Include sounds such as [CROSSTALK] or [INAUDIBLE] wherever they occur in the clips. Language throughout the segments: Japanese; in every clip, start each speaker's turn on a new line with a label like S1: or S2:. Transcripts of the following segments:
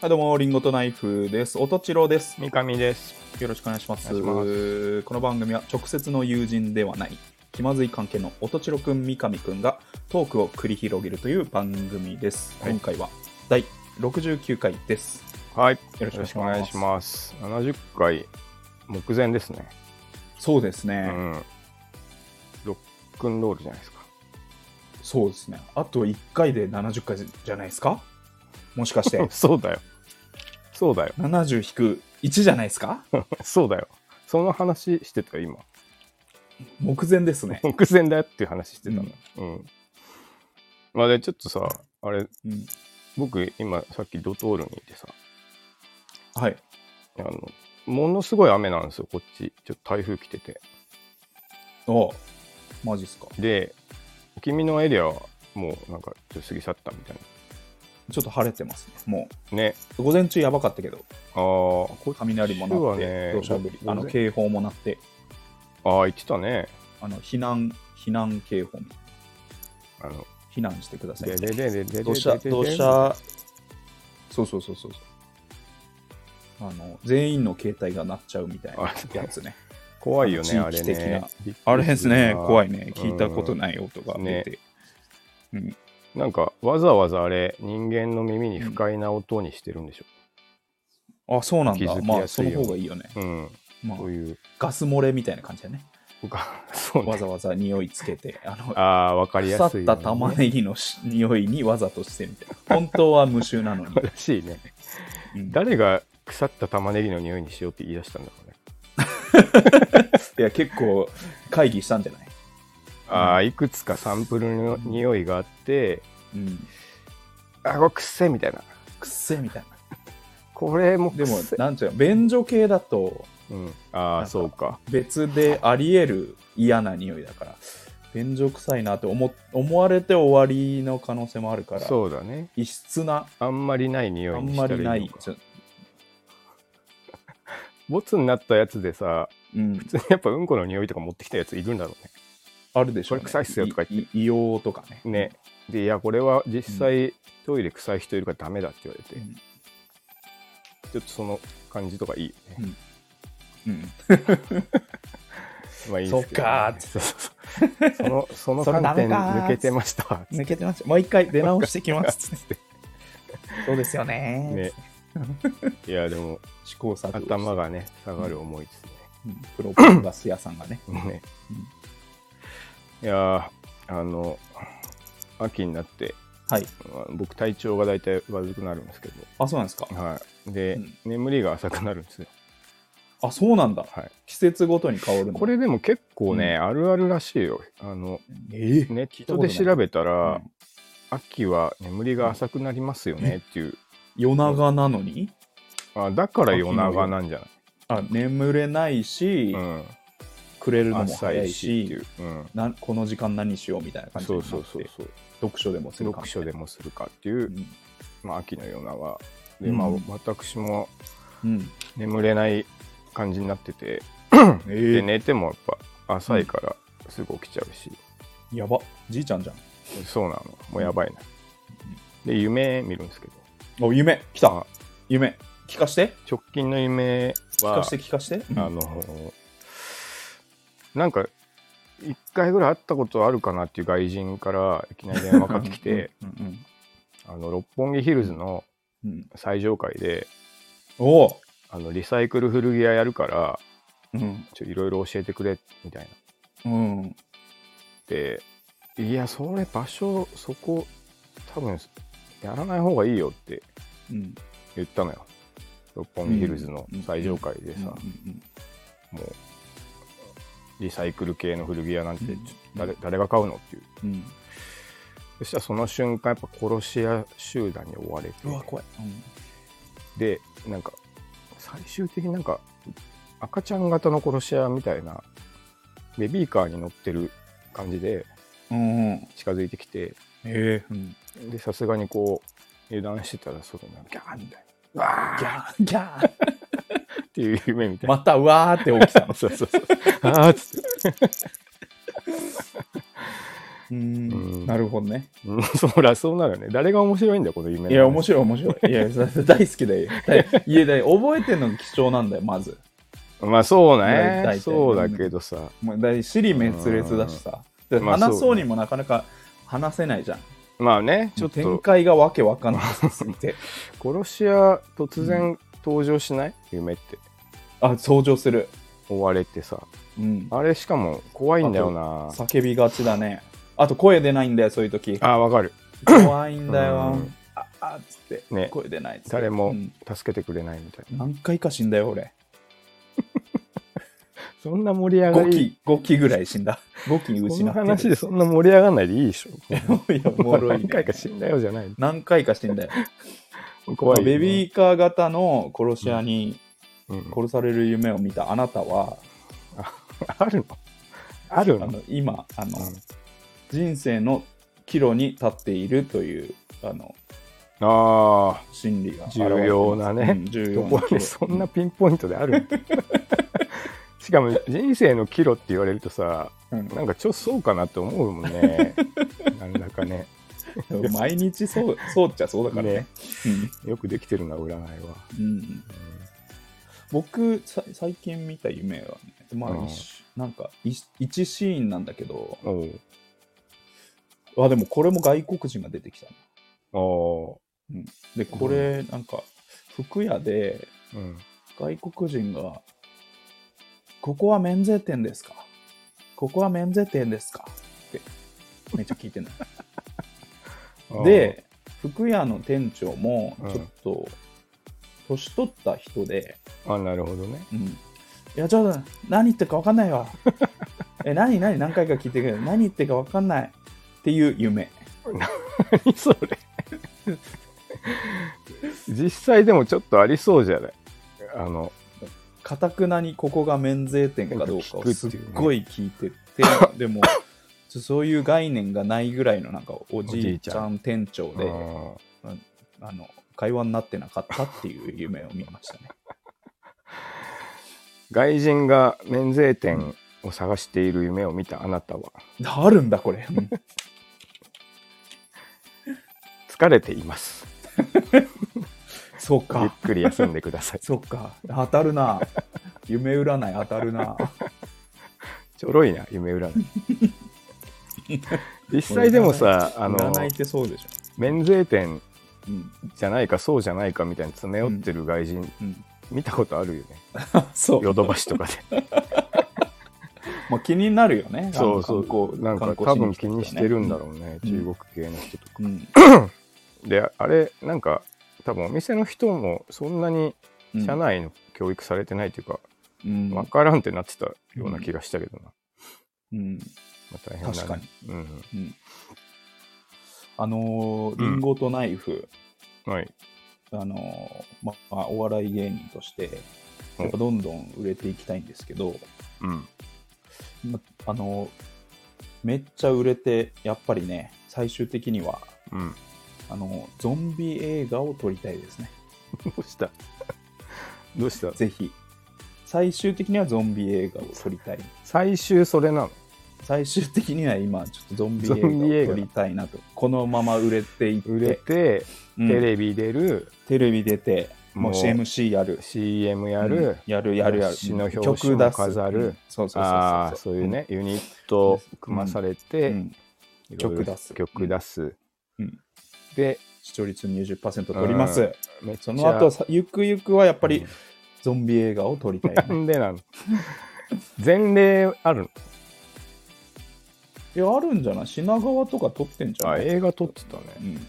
S1: はい、どうも、リンゴとナイフです。おとちろです。
S2: 三上です。
S1: よろしくお願いします。
S2: お願いしま
S1: この番組は直接の友人ではない、気まずい関係のおとちろくん、三上くんがトークを繰り広げるという番組です。
S2: はい
S1: 今回は第69回です。
S2: はい。
S1: よろ
S2: よろ
S1: し
S2: し
S1: く
S2: く
S1: お
S2: お
S1: 願
S2: 願
S1: い
S2: い
S1: し
S2: し
S1: ま
S2: ます。70回目前ですね。
S1: す。そうです
S2: う
S1: ね、
S2: ん。ロックンロールじゃないですか。、
S1: そうですね。あと1回で70回じゃないですかもしかして
S2: [LAUGHS] そうだよ。そうだよ。
S1: 70引く1じゃないですか
S2: そうだよ。その話してたよ、今。。
S1: 目前ですね
S2: [LAUGHS] 目前だよっていう話してたの。うん。まあで、ちょっとさ、あれ、
S1: うん、
S2: 僕、今、さっきドトールにいてさ、
S1: はい。
S2: あの、ものすごい雨なんですよ、こっち。ちょっと台風来てて。
S1: おマジっすか。
S2: で、君のエリアは、もうなんか、ちょっと過ぎ去ったみたい
S1: ちょっと晴れてますね。も
S2: な。ね。
S1: う、午前中やばかったけど、
S2: ああ、こっ
S1: 雷も鳴っ
S2: こっちはね
S1: て、土砂降り、
S2: ご
S1: あの
S2: 午前
S1: 警報も鳴って、
S2: ああ、言ってたね。
S1: あの避難避難警報、
S2: あの、
S1: 避難してください
S2: で。でででで
S1: 土砂、
S2: でで
S1: 土
S2: で
S1: 砂、そうそうそうそうそう。あの全員の携帯が鳴っちゃうみたいなやつね。
S2: 怖いよね、
S1: あ
S2: あ
S1: の地
S2: れ
S1: 域的な
S2: ね。びっくりするな
S1: あれですね、怖いね。聞いたことない音が出て。
S2: なんか、わざわざあれ、人間の耳に不快な音にしてるんでしょ。
S1: あ、そうなん
S2: 気づ
S1: だ。
S2: き
S1: まあ、
S2: や
S1: そ
S2: すい
S1: の
S2: よ
S1: 方がいいよね。
S2: うん。
S1: まあ
S2: こ、ういう、
S1: ガス漏れみたいな感じだね。
S2: 僕はそう
S1: わ
S2: ね。
S1: ざわざ匂いつけて、あの、
S2: ああ、わかりや
S1: 腐
S2: す
S1: っ
S2: いよ
S1: た
S2: ね。
S1: 玉ねぎのし匂いにわざとしてみたいな。本当は無臭なのに。
S2: [LAUGHS] らしいね。
S1: うん
S2: 誰が腐った玉ねぎの匂いにしようって言い出したんだろうね。
S1: いや、結構会議したんじゃない
S2: ああ、いくつかサンプルの匂いがあって、
S1: うん。
S2: あ、これくっせえみたいな。
S1: くっせえみたいな。
S2: これもく
S1: で
S2: っ
S1: も
S2: せ、
S1: なんちゅうの、便所系だと
S2: え。うん。あ
S1: なん
S2: あ、
S1: か
S2: そうか。
S1: 別であり得る嫌な匂いだから、便所臭いなって思思われて終わりの可能性もあるから、
S2: そうだね。
S1: 異質な、
S2: あんまりない匂
S1: あ
S2: い
S1: ん
S2: にし
S1: ま
S2: たらい
S1: り
S2: い
S1: な
S2: の
S1: い
S2: か。。
S1: ちょ
S2: ボツになったやつでさ、 [LAUGHS]
S1: うん、
S2: 普通にやっぱうんこの匂いとか持ってきたやついるんだろうね。
S1: あるでしょう、ね。
S2: これ臭いっすよとか言
S1: って。硫黄とかね。
S2: ね。で、いや、これは実際トイレ臭い人いるからダメだって言われて、
S1: うん
S2: ちょっとその感じとかいいよね。
S1: うん。
S2: まあいいですけど、
S1: そっかー
S2: そうそうそうその、
S1: [LAUGHS]
S2: その
S1: それ
S2: 観
S1: ダメ
S2: 点
S1: かー
S2: 抜けてましたわ。
S1: 抜けてました。もう一回出直してき
S2: [LAUGHS]
S1: ます。そうですよね
S2: ね。いや、
S1: [LAUGHS]
S2: でも
S1: 試行錯誤。
S2: 頭がね、下がる思いです
S1: うん。プロパンガス屋さんがね。
S2: ね。ね
S1: うん
S2: いやー、あの、秋になって、
S1: はい。
S2: まあ僕体調が大体悪くなるんですけど、
S1: あ、そうなんですか。
S2: はい。で、
S1: うん
S2: 眠りが浅くなるんですよ。
S1: あ、そうなんだ。
S2: はい。
S1: 季節ごとに香るの。
S2: これでも結構ね、あるあるらしいよ。あの、
S1: え
S2: ネッ
S1: た
S2: ト
S1: こと
S2: で
S1: ない
S2: 調べたら、
S1: うん
S2: 秋は眠りが浅くなりますよねっていう、
S1: 夜長なのに
S2: あだから夜長なんじゃ
S1: あ眠れないし、
S2: ない、
S1: くれる
S2: うん、
S1: のも早
S2: 浅
S1: い
S2: いし
S1: し
S2: っていう、うん、
S1: なこの時間何しようみたいな感じに
S2: そ
S1: な
S2: う
S1: って
S2: そうそうそう
S1: 読書でもするか
S2: 読書でもするかっていう、
S1: うん
S2: まあ、秋の夜長で、まあ
S1: うん
S2: 私も
S1: うん
S2: 眠れない感じになってて、
S1: え
S2: [LAUGHS] で
S1: ー
S2: 寝てもやっぱ浅いからすぐ起きちゃうし、
S1: やばじいちゃんじゃん
S2: そうなのもうやばいな、で夢見るんですけど
S1: お夢来た夢聞かして
S2: 直近の夢
S1: 聞
S2: は
S1: かして聞かして、
S2: あのなんか1回ぐらい会ったことあるかなっていう外人からいきなり電話かかってきて
S1: うんうん
S2: [LAUGHS] あの六本木ヒルズの
S1: うんうん
S2: 最上階で
S1: おお、
S2: あのリサイクル古着屋やるから
S1: うん
S2: ちょいろいろ教えてくれみたいな
S1: うん、
S2: でいやそれ場所そこ多分やらない方がいいよって
S1: うん
S2: 言ったのよ六本木ヒルズの最上階でさ、
S1: うん
S2: もうリサイクル系の古着屋なんて、
S1: うん
S2: 誰誰が買うのっていう
S1: うんうん
S2: そしたらその瞬間やっぱ殺し屋集団に追われて
S1: うわ怖い、うん
S2: でなんか最終的になんか赤ちゃん型の殺し屋みたいなベビーカーに乗ってる感じで
S1: うんうん、
S2: 近づいてきて
S1: えーうん、
S2: でさすがにこう油断してたらそこになんかギャーンみたいなわ
S1: ギ
S2: ー
S1: ャーギャー
S2: っていう夢みたいな、
S1: またうわ [LAUGHS] ーって起きたの
S2: そうそうそうあーっつって
S1: うーん
S2: うん
S1: なるほどね。
S2: うん [LAUGHS] そらそうなるよね誰が面白いんだよこの夢の話
S1: いや、面白い、面白い。い [LAUGHS] や、それ大好きだよ。いや、だい覚えてるのが貴重なんだよ、まず。
S2: まあそう
S1: 大体
S2: ね
S1: ね
S2: そうだけどさ
S1: もうだい尻滅裂だしさ。で
S2: まあそう
S1: 話そうにもなかなか話せないじゃん。
S2: まあねち
S1: ち
S2: ょ
S1: ょ
S2: っ
S1: っと展
S2: と
S1: 開がわけわかんなさすぎて。
S2: 殺し屋突然登場しない夢って
S1: [LAUGHS] あ、登場する。
S2: 追われてさ
S1: うん。
S2: あれしかも怖いんだよな
S1: 叫びがちだね。あと声出ないんだよ、そういう時。
S2: あわかる
S1: 怖いんだよ
S2: うん。
S1: ああっつって、
S2: ね
S1: 声出ないっつって。
S2: 誰も
S1: うん
S2: 助けてくれないみたいな
S1: 何回か死んだよ、俺。
S2: そんな盛り上が
S1: 5
S2: り
S1: 機、5機ぐらい死んだ。5機失ってる。
S2: この話でそんな盛り上がらないでいいでしょ
S1: い [LAUGHS] や、おもろい、ね。
S2: 何回か死んだよじゃない
S1: 何回か死んだよ。
S2: 怖いよね
S1: ベビーカー型の殺し屋に
S2: うん
S1: 殺される夢を見たあなたは、
S2: あるのある
S1: あ
S2: の
S1: の今あの、
S2: うん
S1: 人生の岐路に立っているというあの
S2: あ
S1: 心理が
S2: 重要なね
S1: 表れてますうん重要
S2: あど
S1: な
S2: こにそんなピンポイントであるの [LAUGHS] しかも人生の岐路って言われるとさ
S1: うん
S2: なんかちょっとそうかなって思うも
S1: [LAUGHS]
S2: んねなんだかね
S1: でも毎日
S2: [LAUGHS]
S1: そうそうっちゃそうだからね
S2: ねよくできてるな占いは、
S1: うんうん僕さ最近見た夢はねまあ、
S2: うん
S1: 一なんか一一シーンなんだけど
S2: うん、お
S1: あでもこれも外国人が出てきたな
S2: うお
S1: でこれなんか服屋で
S2: う、うん、
S1: 外国人が「ここは免税店ですかここは免税店ですか?」ってめっちゃ聞いてん
S2: [LAUGHS]
S1: ので服屋の店長も
S2: うん
S1: ちょっと、年取った人で
S2: あなるほ
S1: [LAUGHS]
S2: どね
S1: 「うん、いやちょっと何言ってるか分かんないわ [LAUGHS] え何何何回か聞いてるけど何言ってるか分かんない」っていう夢
S2: 何それ実際でもちょっとありそうじゃないあの
S1: かたくなにここが免税店かどうか
S2: 聞く
S1: を
S2: って
S1: すっ
S2: いうね
S1: ごい聞いてて、
S2: [LAUGHS]
S1: でもちょそういう概念がないぐらいのなんかおじいちゃん店長で
S2: うん
S1: あの会話になってなかったっていう夢を見ましたね。
S2: 外人が免税店を探している夢を見たあなたは
S1: あるんだ
S2: [LAUGHS]
S1: これ。うん
S2: 疲れています
S1: そう
S2: ゆっ
S1: か。
S2: くり休んでくだ
S1: [LAUGHS]
S2: さい
S1: そうか。当たるな。夢占い当たるな。
S2: ちょろいな夢占い
S1: [LAUGHS]
S2: 実際でもさあの
S1: 占いってそうでしょ。
S2: 免税店
S1: うん。
S2: じゃないかそうじゃないかみたいに詰め寄ってる外人、
S1: うん、
S2: 見たことあるよね
S1: [LAUGHS] そう。
S2: ヨドバシとかで
S1: まあ、気になるよね。
S2: そうそう
S1: な
S2: なんん
S1: か観
S2: か
S1: 光
S2: 多分気にしてるんだ
S1: う。
S2: ろうね、
S1: うん
S2: 中国系の人とか、
S1: うん。
S2: であれなんか多分お店の人もそんなに
S1: うん
S2: 社内の教育されてないというか、
S1: うん
S2: わからんってなってたような気がしたけどな、
S1: うん。
S2: まあ、大変だね
S1: 確かに
S2: うん
S1: うんあのー
S2: う
S1: リ
S2: ん
S1: ンゴとナイフ、
S2: うん、はい
S1: あのーままあ、お笑い芸人として、やっぱどんどん売れていきたいんですけど、
S2: うん
S1: まあのーめっちゃ売れて、やっぱりね、最終的には、
S2: うん
S1: あのーゾンビ映画を撮りたいですね。
S2: [LAUGHS] どうしたどうした
S1: ぜひ。最終的にはゾンビ映画を撮りたい。
S2: 最終それなの
S1: 最終的には今、ちょっとゾンビ
S2: ゾンビ
S1: 映
S2: 映
S1: 画
S2: 画
S1: を撮りたいなと。このまま売れていって、
S2: 売れて、
S1: うん
S2: テレビ出る
S1: テレビ出て、もう
S2: もう
S1: CMC やる。
S2: CM やる、
S1: うんやるやるやる
S2: 雑誌の表紙も飾る
S1: うんそうそうそうそう
S2: ああそういうね、ユニットを組まされ
S1: う
S2: て、
S1: ん
S2: いろいろ
S1: 曲出す
S2: 曲出す、
S1: うん
S2: で
S1: 視聴率20%取ります、
S2: うんめっちゃ
S1: その後さゆくゆくはやっぱりゾンビ映画を撮り
S2: [LAUGHS]
S1: たいね、
S2: なんでなの前例あるの
S1: いやあるんじゃない品川とか撮ってんじゃな
S2: あ
S1: い
S2: 映画撮ってたね
S1: うん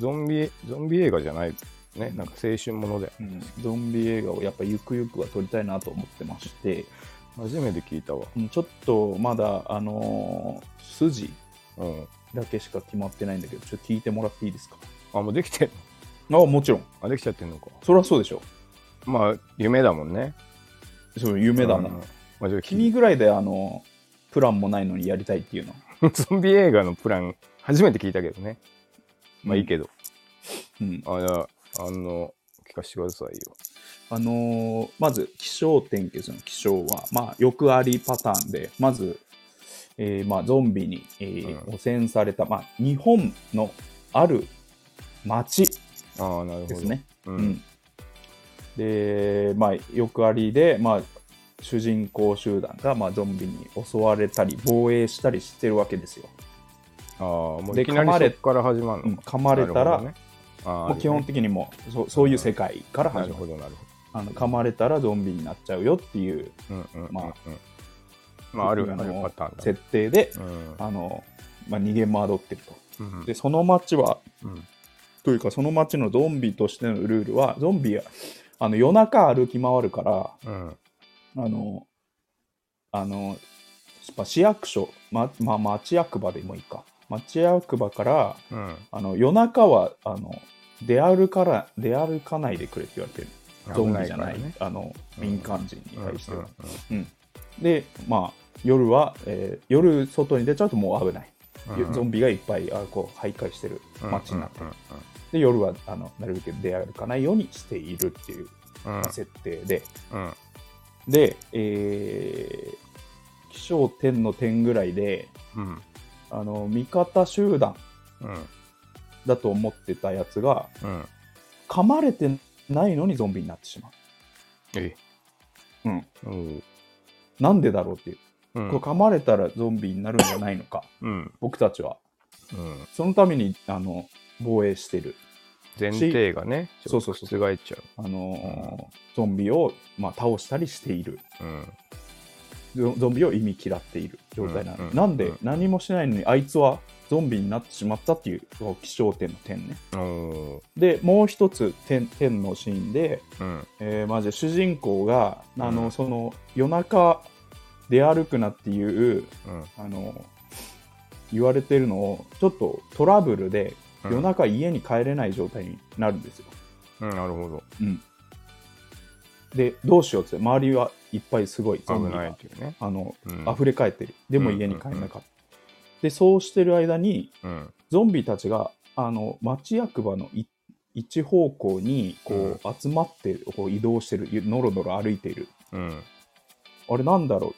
S2: ゾンビゾンビ映画じゃないねなんか青春もので
S1: うん、ゾンビ映画をやっぱゆくゆくは撮りたいなと思ってまして、
S2: 初めて聞いたわ
S1: うんちょっとまだあのー筋
S2: うん
S1: だけしか決まってないんだけどちょっと聞いてもらっていいですか
S2: あもうできてんの
S1: あもちろん
S2: あできちゃってんのか
S1: そりゃそうでしょ
S2: まあ夢だもんね
S1: そう夢だな、
S2: うんまあ、じゃあ
S1: 君
S2: 君
S1: ぐらいであのプランもないのにやりたいっていうの
S2: ゾンビ映画のプラン初めて聞いたけどねまあいいけど、
S1: うん、
S2: あじゃああの聞かせてくださいよ
S1: あのーまず起承転結の起承は、まあ、欲ありパターンでまずえーまあ、ゾンビに、えー
S2: う
S1: 汚染された、まあ、日本のある町
S2: ああ、なるほど。
S1: です。ね。
S2: う。
S1: うんん、で、まあ、よくありで、まあ、主人公集団が、まあ、ゾンビに襲われたり防衛したりしてるわけですよ。
S2: ああ、もう
S1: で
S2: いきなり
S1: 噛まれ
S2: そこから始まる
S1: うん
S2: のか。
S1: 噛まれたら、
S2: なるほどねああ
S1: もう基本的にもうそそういう世界から
S2: な
S1: 始
S2: る
S1: まる
S2: ほど、なるほ
S1: あの噛まれたらゾンビになっちゃうよっていう
S2: ど。うんうんうんうん。
S1: ま
S2: ま
S1: あ
S2: あ、ある、あ
S1: あ
S2: る
S1: の
S2: パターンだね。
S1: 設定で、
S2: うん
S1: あのまあ、逃げ惑ってると。
S2: うん
S1: でその町は
S2: うん
S1: というかその町のゾンビとしてのルールはゾンビはあの夜中歩き回るから
S2: うん
S1: あのあのま市役所、ままあ、町役場でもいいか町役場から
S2: うん
S1: あの夜中はあの出歩から出歩かないでくれって言われてるゾンビじゃない
S2: 危からね
S1: あの
S2: うん
S1: 民間人に対しては、
S2: うん
S1: でまあ夜は、えー夜外に出ちゃうともう危ない、
S2: うんうん
S1: ゾンビがいっぱいあこう徘徊してる街になってる、で夜はあのなるべく出歩かないようにしているっていう
S2: うんうんうん
S1: 設定で、
S2: うん
S1: で、えー、気象点の点ぐらいで
S2: うん
S1: あの味方集団
S2: うん
S1: だと思ってたやつが
S2: うん
S1: 噛まれてないのにゾンビになってしま
S2: え
S1: う、うん、
S2: うん
S1: なんでだろうっていう、
S2: うん
S1: これ噛まれたらゾンビになるんじゃないのか
S2: うん
S1: 僕たちは
S2: うん
S1: そのためにあの防衛してる
S2: 前提がねちょっと
S1: そうそう
S2: 覆っちゃ
S1: あのーゾンビを、まあ、倒したりしている
S2: ううん
S1: ゾゾンビを意味嫌っている状態なの、
S2: うんうん
S1: なんで
S2: うん
S1: 何もしないのにあいつはゾンビになってしまったっていう気象点の点ね
S2: おー
S1: でもう一つ点点のシーンで、
S2: うん
S1: えーまず主人公があの、
S2: うん
S1: その夜中出歩くなっていう
S2: うん
S1: あの言われてるのをちょっとトラブルで
S2: うん
S1: 夜中家に帰れない状態になるんですよ、
S2: うんなるほど
S1: うんでどうしようって周りはいっぱいすごいゾンビ
S2: 危ない
S1: が
S2: っていうね
S1: あの
S2: うん
S1: 溢れ返ってるでも
S2: うん
S1: 家に帰れなかった、でそうしてる間に
S2: うん
S1: ゾンビたちがあの町役場のい一方向にこう集まってるこう移動してるゆのろのろ歩いている
S2: うん
S1: あれなんだろ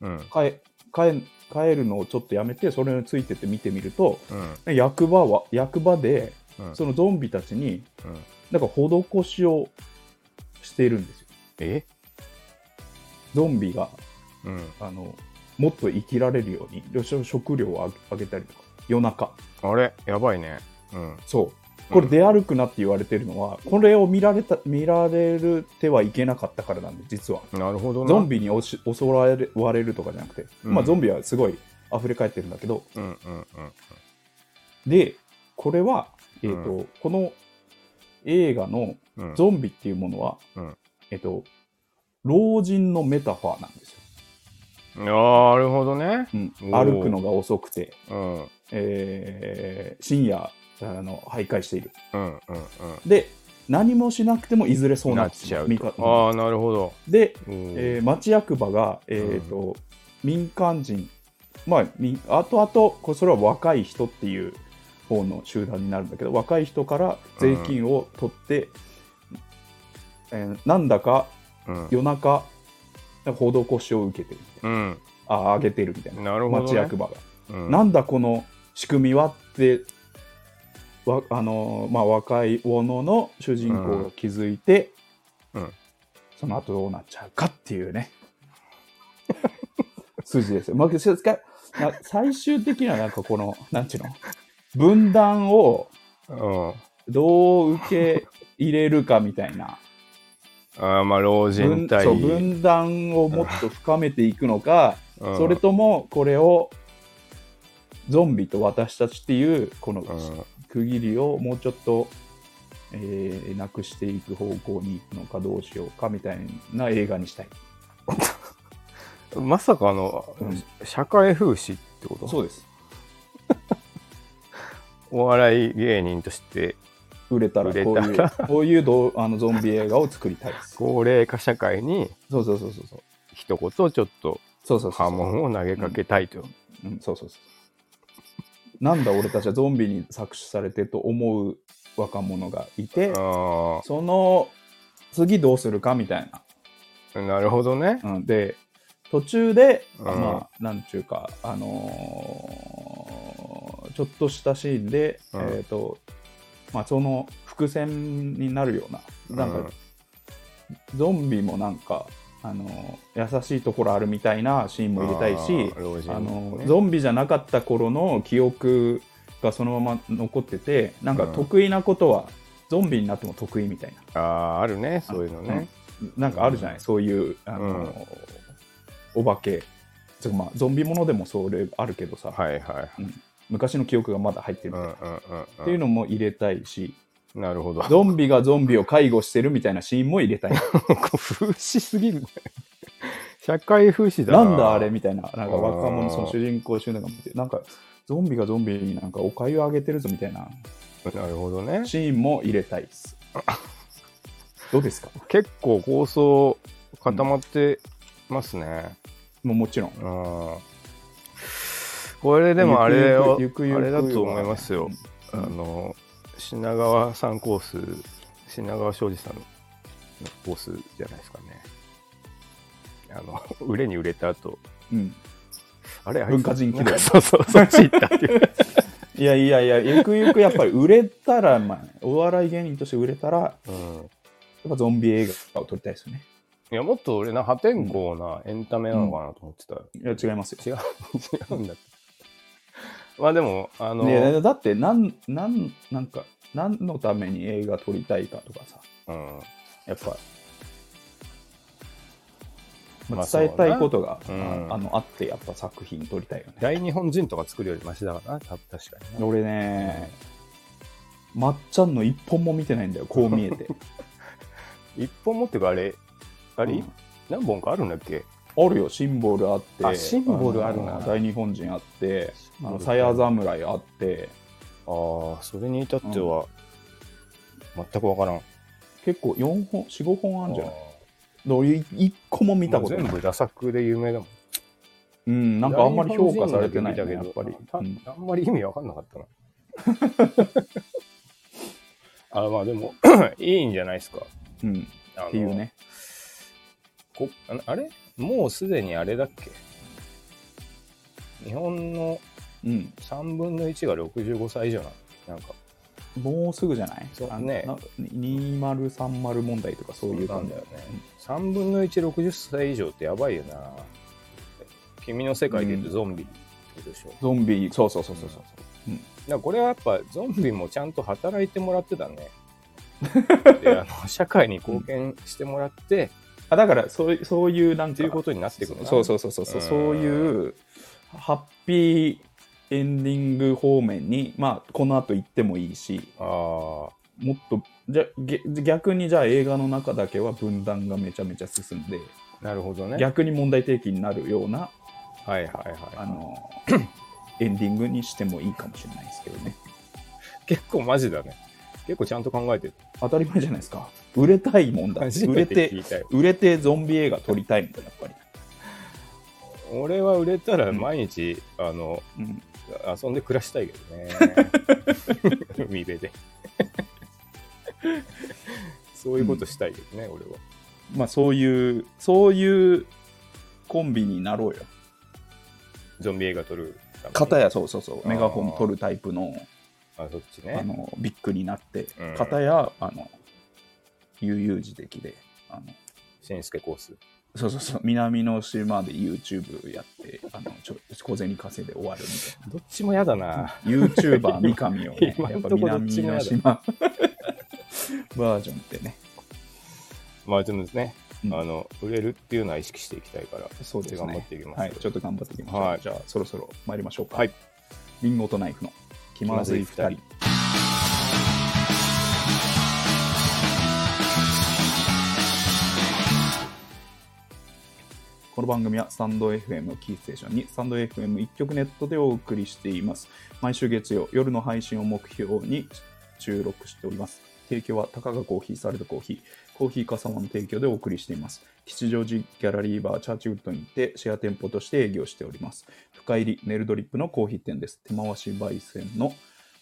S2: うん
S1: う帰帰帰るのをちょっとやめてそれについてって見てみると
S2: うん
S1: 役場は役場で
S2: うん
S1: そのゾンビたちに
S2: うん
S1: なんか施しをしているんですよ
S2: え
S1: ゾンビが
S2: うん
S1: あのもっと生きられるようによし食料をあげあげたりとか夜中
S2: あれやばいねうん
S1: そうこれ出歩くなって言われてるのは、これを見られた見られるてはいけなかったからなんで実は
S2: なるほどな
S1: ゾンビにおし襲われわれるとかじゃなくて、
S2: うん
S1: まあ、ゾンビはすごい溢れ返ってるんだけど
S2: うんうんうん
S1: でこれは、えーとこの映画の
S2: うん
S1: ゾンビっていうものは、
S2: うん
S1: えっ、と老人のメタファーなんですよ、
S2: あーなるほどね
S1: うん
S2: おー
S1: 歩くのが遅くて、
S2: うん
S1: えー深夜あの徘徊している
S2: うんうんうん
S1: で何もしなくてもいずれそうな
S2: なっ
S1: っ
S2: ち
S1: ち
S2: ゃ
S1: ゃ
S2: う
S1: う
S2: と
S1: 味方
S2: ああなるほど
S1: で、
S2: うん
S1: えー町役場が、えーと民間人、まあ、みあとあとこれそれは若い人っていう方の集団になるんだけど若い人から税金を取って、えーなんだか
S2: うん
S1: 夜中施しを受けてるみたい
S2: うん
S1: なああ上げてるみたいな
S2: なるほどね
S1: 町役場が、
S2: うん
S1: なんだこの仕組みはってわあのーまあ、若い者の主人公が気づいて、
S2: うん
S1: その後どうなっちゃうかっていうね [LAUGHS] 筋ですよ。まあ、けどかな最終的にはなんかこのなんちゅうの分断を
S2: うん
S1: どう受け入れるかみたいな
S2: あーまあ老人
S1: 分そ
S2: 対
S1: う分断をもっと深めていくのか、
S2: うん
S1: それともこれをゾンビと私たちっていうこの
S2: うん
S1: 区切りをもうちょっと、えーなくしていく方向に行くのかどうしようかみたいな映画にしたい
S2: まさかの、
S1: うん
S2: 社会風刺ってこと
S1: そうです
S2: お笑い芸人として
S1: 売れたら
S2: 売れ
S1: こうい
S2: た
S1: う [LAUGHS] こういうどうあのゾンビ映画を作りたいですそ
S2: 高齢化社会に
S1: うそうそうそうそう
S2: 一言ちょっと
S1: そうそうそう
S2: 波紋を投げかけたいと、
S1: うん、そうそうそうなんだ俺たちはゾンビに搾取されてと思う若者がいて
S2: あ
S1: その次どうするかみたいな
S2: あなるほどね
S1: うん、で途中で、
S2: うん
S1: まあ、なんちゅうか、あのーちょっとしたシーンで、
S2: うん
S1: えっ、と、まあ、その伏線になるような、なんか、ゾンビもなんか、あのー優しいところあるみたいなシーンも入れたいし、
S2: あー老人
S1: あの
S2: ね
S1: ゾンビじゃなかった頃の記憶がそのまま残っててなんか
S2: うん
S1: 得意なことはゾンビになっても得意みたいな
S2: あーあるねそういうのね、
S1: なんかあるじゃない、
S2: うん
S1: そういうあの、お化けつうかまあゾンビものでもそれあるけどさ、
S2: はいはいはい
S1: 昔の記憶がまだ入ってる
S2: う
S1: み
S2: ん
S1: た
S2: う
S1: いな、
S2: んうんうん
S1: っていうのも入れたいし
S2: なるほど
S1: ゾンビがゾンビを介護してるみたいなシーンも入
S2: [LAUGHS]
S1: れたい
S2: 風刺すぎるね [LAUGHS] 社会風刺だ
S1: なんだあれみたいななんか
S2: うん
S1: 若者その主人公集団が見てなんかゾンビがゾンビになんかおかゆあげてるぞみたいな
S2: なるほどね
S1: シーンも入れたい
S2: [LAUGHS]
S1: です。どうですか
S2: 結構構想固まってますね
S1: もうもちろん。
S2: うん、これでもあれを
S1: ゆくゆく
S2: あれ
S1: ゆくゆくは
S2: だと思いますよ、
S1: うん
S2: あの品川さんコース品川庄司さんのコースじゃないですかねあの [LAUGHS] 売れに売れた後
S1: うん。
S2: あれあいつ
S1: 文化人気分
S2: なんか [LAUGHS] そうそうそっち行ったっていう
S1: いやいやいや、ゆくゆくやっぱり売れたら、まあ、 [LAUGHS] お笑い芸人として売れたら、や
S2: [LAUGHS] うん
S1: っぱゾンビ映画を撮りたいですよね。
S2: いや、もっと俺な、破天荒なエンタメなのかなと思ってたよ。 [LAUGHS]
S1: いや、違いますよ。
S2: 違う、違うんだって。まあでも、あの、
S1: いやいやだってなん、なん、なんか、何のために映画撮りたいかとかさ、
S2: うん、
S1: やっぱ、
S2: ま
S1: ま
S2: あ
S1: あ、伝えたいことが、
S2: そうだなうん
S1: ああのあって、やっぱ作品撮りたいよね。
S2: 大日本人とか作るよりマシだからな、た確かにな。
S1: 俺ね、まっちゃんの一本も見てないんだよ、こう見えて。
S2: 一本持ってか、あれ、 [LAUGHS] あれ、
S1: うん
S2: 何本かあるんだっけ
S1: あるよ、シンボルあって。
S2: あシンボルあるな
S1: の大日本人あって、あ
S2: シンボ
S1: の、
S2: ル
S1: サヤ侍あって、
S2: ああ、それに至っては、全くわからん。
S1: 結構4本、4、5本あるんじゃない
S2: あ
S1: で俺、1個も
S2: ー
S1: 見たこと
S2: も
S1: ない。
S2: う全部打作で有名だもん。
S1: うん、なんかあんまり評価されてないね、
S2: 大日
S1: やっ
S2: 本人
S1: ぱり
S2: だけ。ど
S1: う
S2: あ
S1: ん
S2: たあんまり [LAUGHS] 意味わかんなかったな。
S1: [LAUGHS]
S2: あまあでも、 [COUGHS] いいんじゃないですか。
S1: うん。っ
S2: あの
S1: ていうね。
S2: こああれもうすでにあれだっけ日本の
S1: うん。
S2: 3分の1が65歳以上なのなんか
S1: もうすぐじゃない
S2: そう
S1: あの
S2: ね
S1: なんか2030問題とかそういう感じだよね。
S2: 3分の160歳以上ってやばいよな君の世界で言うとゾンビってことでしょ、だか
S1: ゾンビ、そうそうそうそうそう。
S2: らこれはやっぱゾンビもちゃんと働いてもらっ
S1: [LAUGHS]
S2: てたねであの社会に貢献してもらって、っ
S1: あだからそうい、そういう、なん
S2: て
S1: て
S2: い
S1: いうう
S2: ことになっていくる
S1: そうそうそうそうそう
S2: うん
S1: そういうハッピーエンディング方面にまあこの後行ってもいいし
S2: あ
S1: もっとじゃげ逆にじゃあ映画の中だけは分断がめちゃめちゃ進んで
S2: あなるほどね
S1: 逆に問題提起になるような
S2: はいはいはい
S1: あの [CLEARS THROAT] エンディングにしてもいいかもしれないですけどね
S2: 結構マジだね結構ちゃんと考えてる
S1: 当たり前じゃないですか売れたいもんだ
S2: 初
S1: 売れ
S2: めて
S1: て
S2: 聞いたよ
S1: 売れてゾンビ映画撮りたいもんだやっぱり、
S2: 俺は売れたら毎日、あの
S1: うん、
S2: 遊んで暮らしたいけどね
S1: [LAUGHS]
S2: 海辺でそういうことしたいけどね、俺は
S1: まあそういうそういうコンビになろうよ
S2: ゾンビ映画撮るために
S1: 片やそうそうそう
S2: あー
S1: メガホン取るタイプの
S2: あそっち
S1: あ
S2: ね
S1: のビッグになって、
S2: うん
S1: 片やあの悠々自適であの
S2: しんすけコース
S1: そうそうそう南の島で YouTube やってあのちょ小銭稼いで終わるみ
S2: どっちも嫌だな
S1: たいな YouTuber 三上をね
S2: [LAUGHS] 今
S1: やっ
S2: ん
S1: ぱ
S2: とこどっち
S1: 南
S2: もやだ
S1: の島 [LAUGHS] バージョンってね
S2: まあでもね、
S1: うん
S2: あの売れるっていうのは意識していきたいから
S1: そうですね
S2: 頑張っていきます、
S1: はいちょっと頑張っていきましょう、
S2: はい
S1: じゃあそろそろ参りましょうか
S2: はい
S1: リンゴとナイフの気まずい二人この番組はスタンド FM をキーステーションにスタンド FM 一曲ネットでお送りしています。毎週月曜夜の配信を目標に収録しております。提供は高がコーヒー、サルドコーヒー、コーヒーかさまの提供でお送りしています。吉祥寺ギャラリーバーチャーチウッドにてシェア店舗として営業しております。深入りネルドリップのコーヒー店です。手回し焙煎の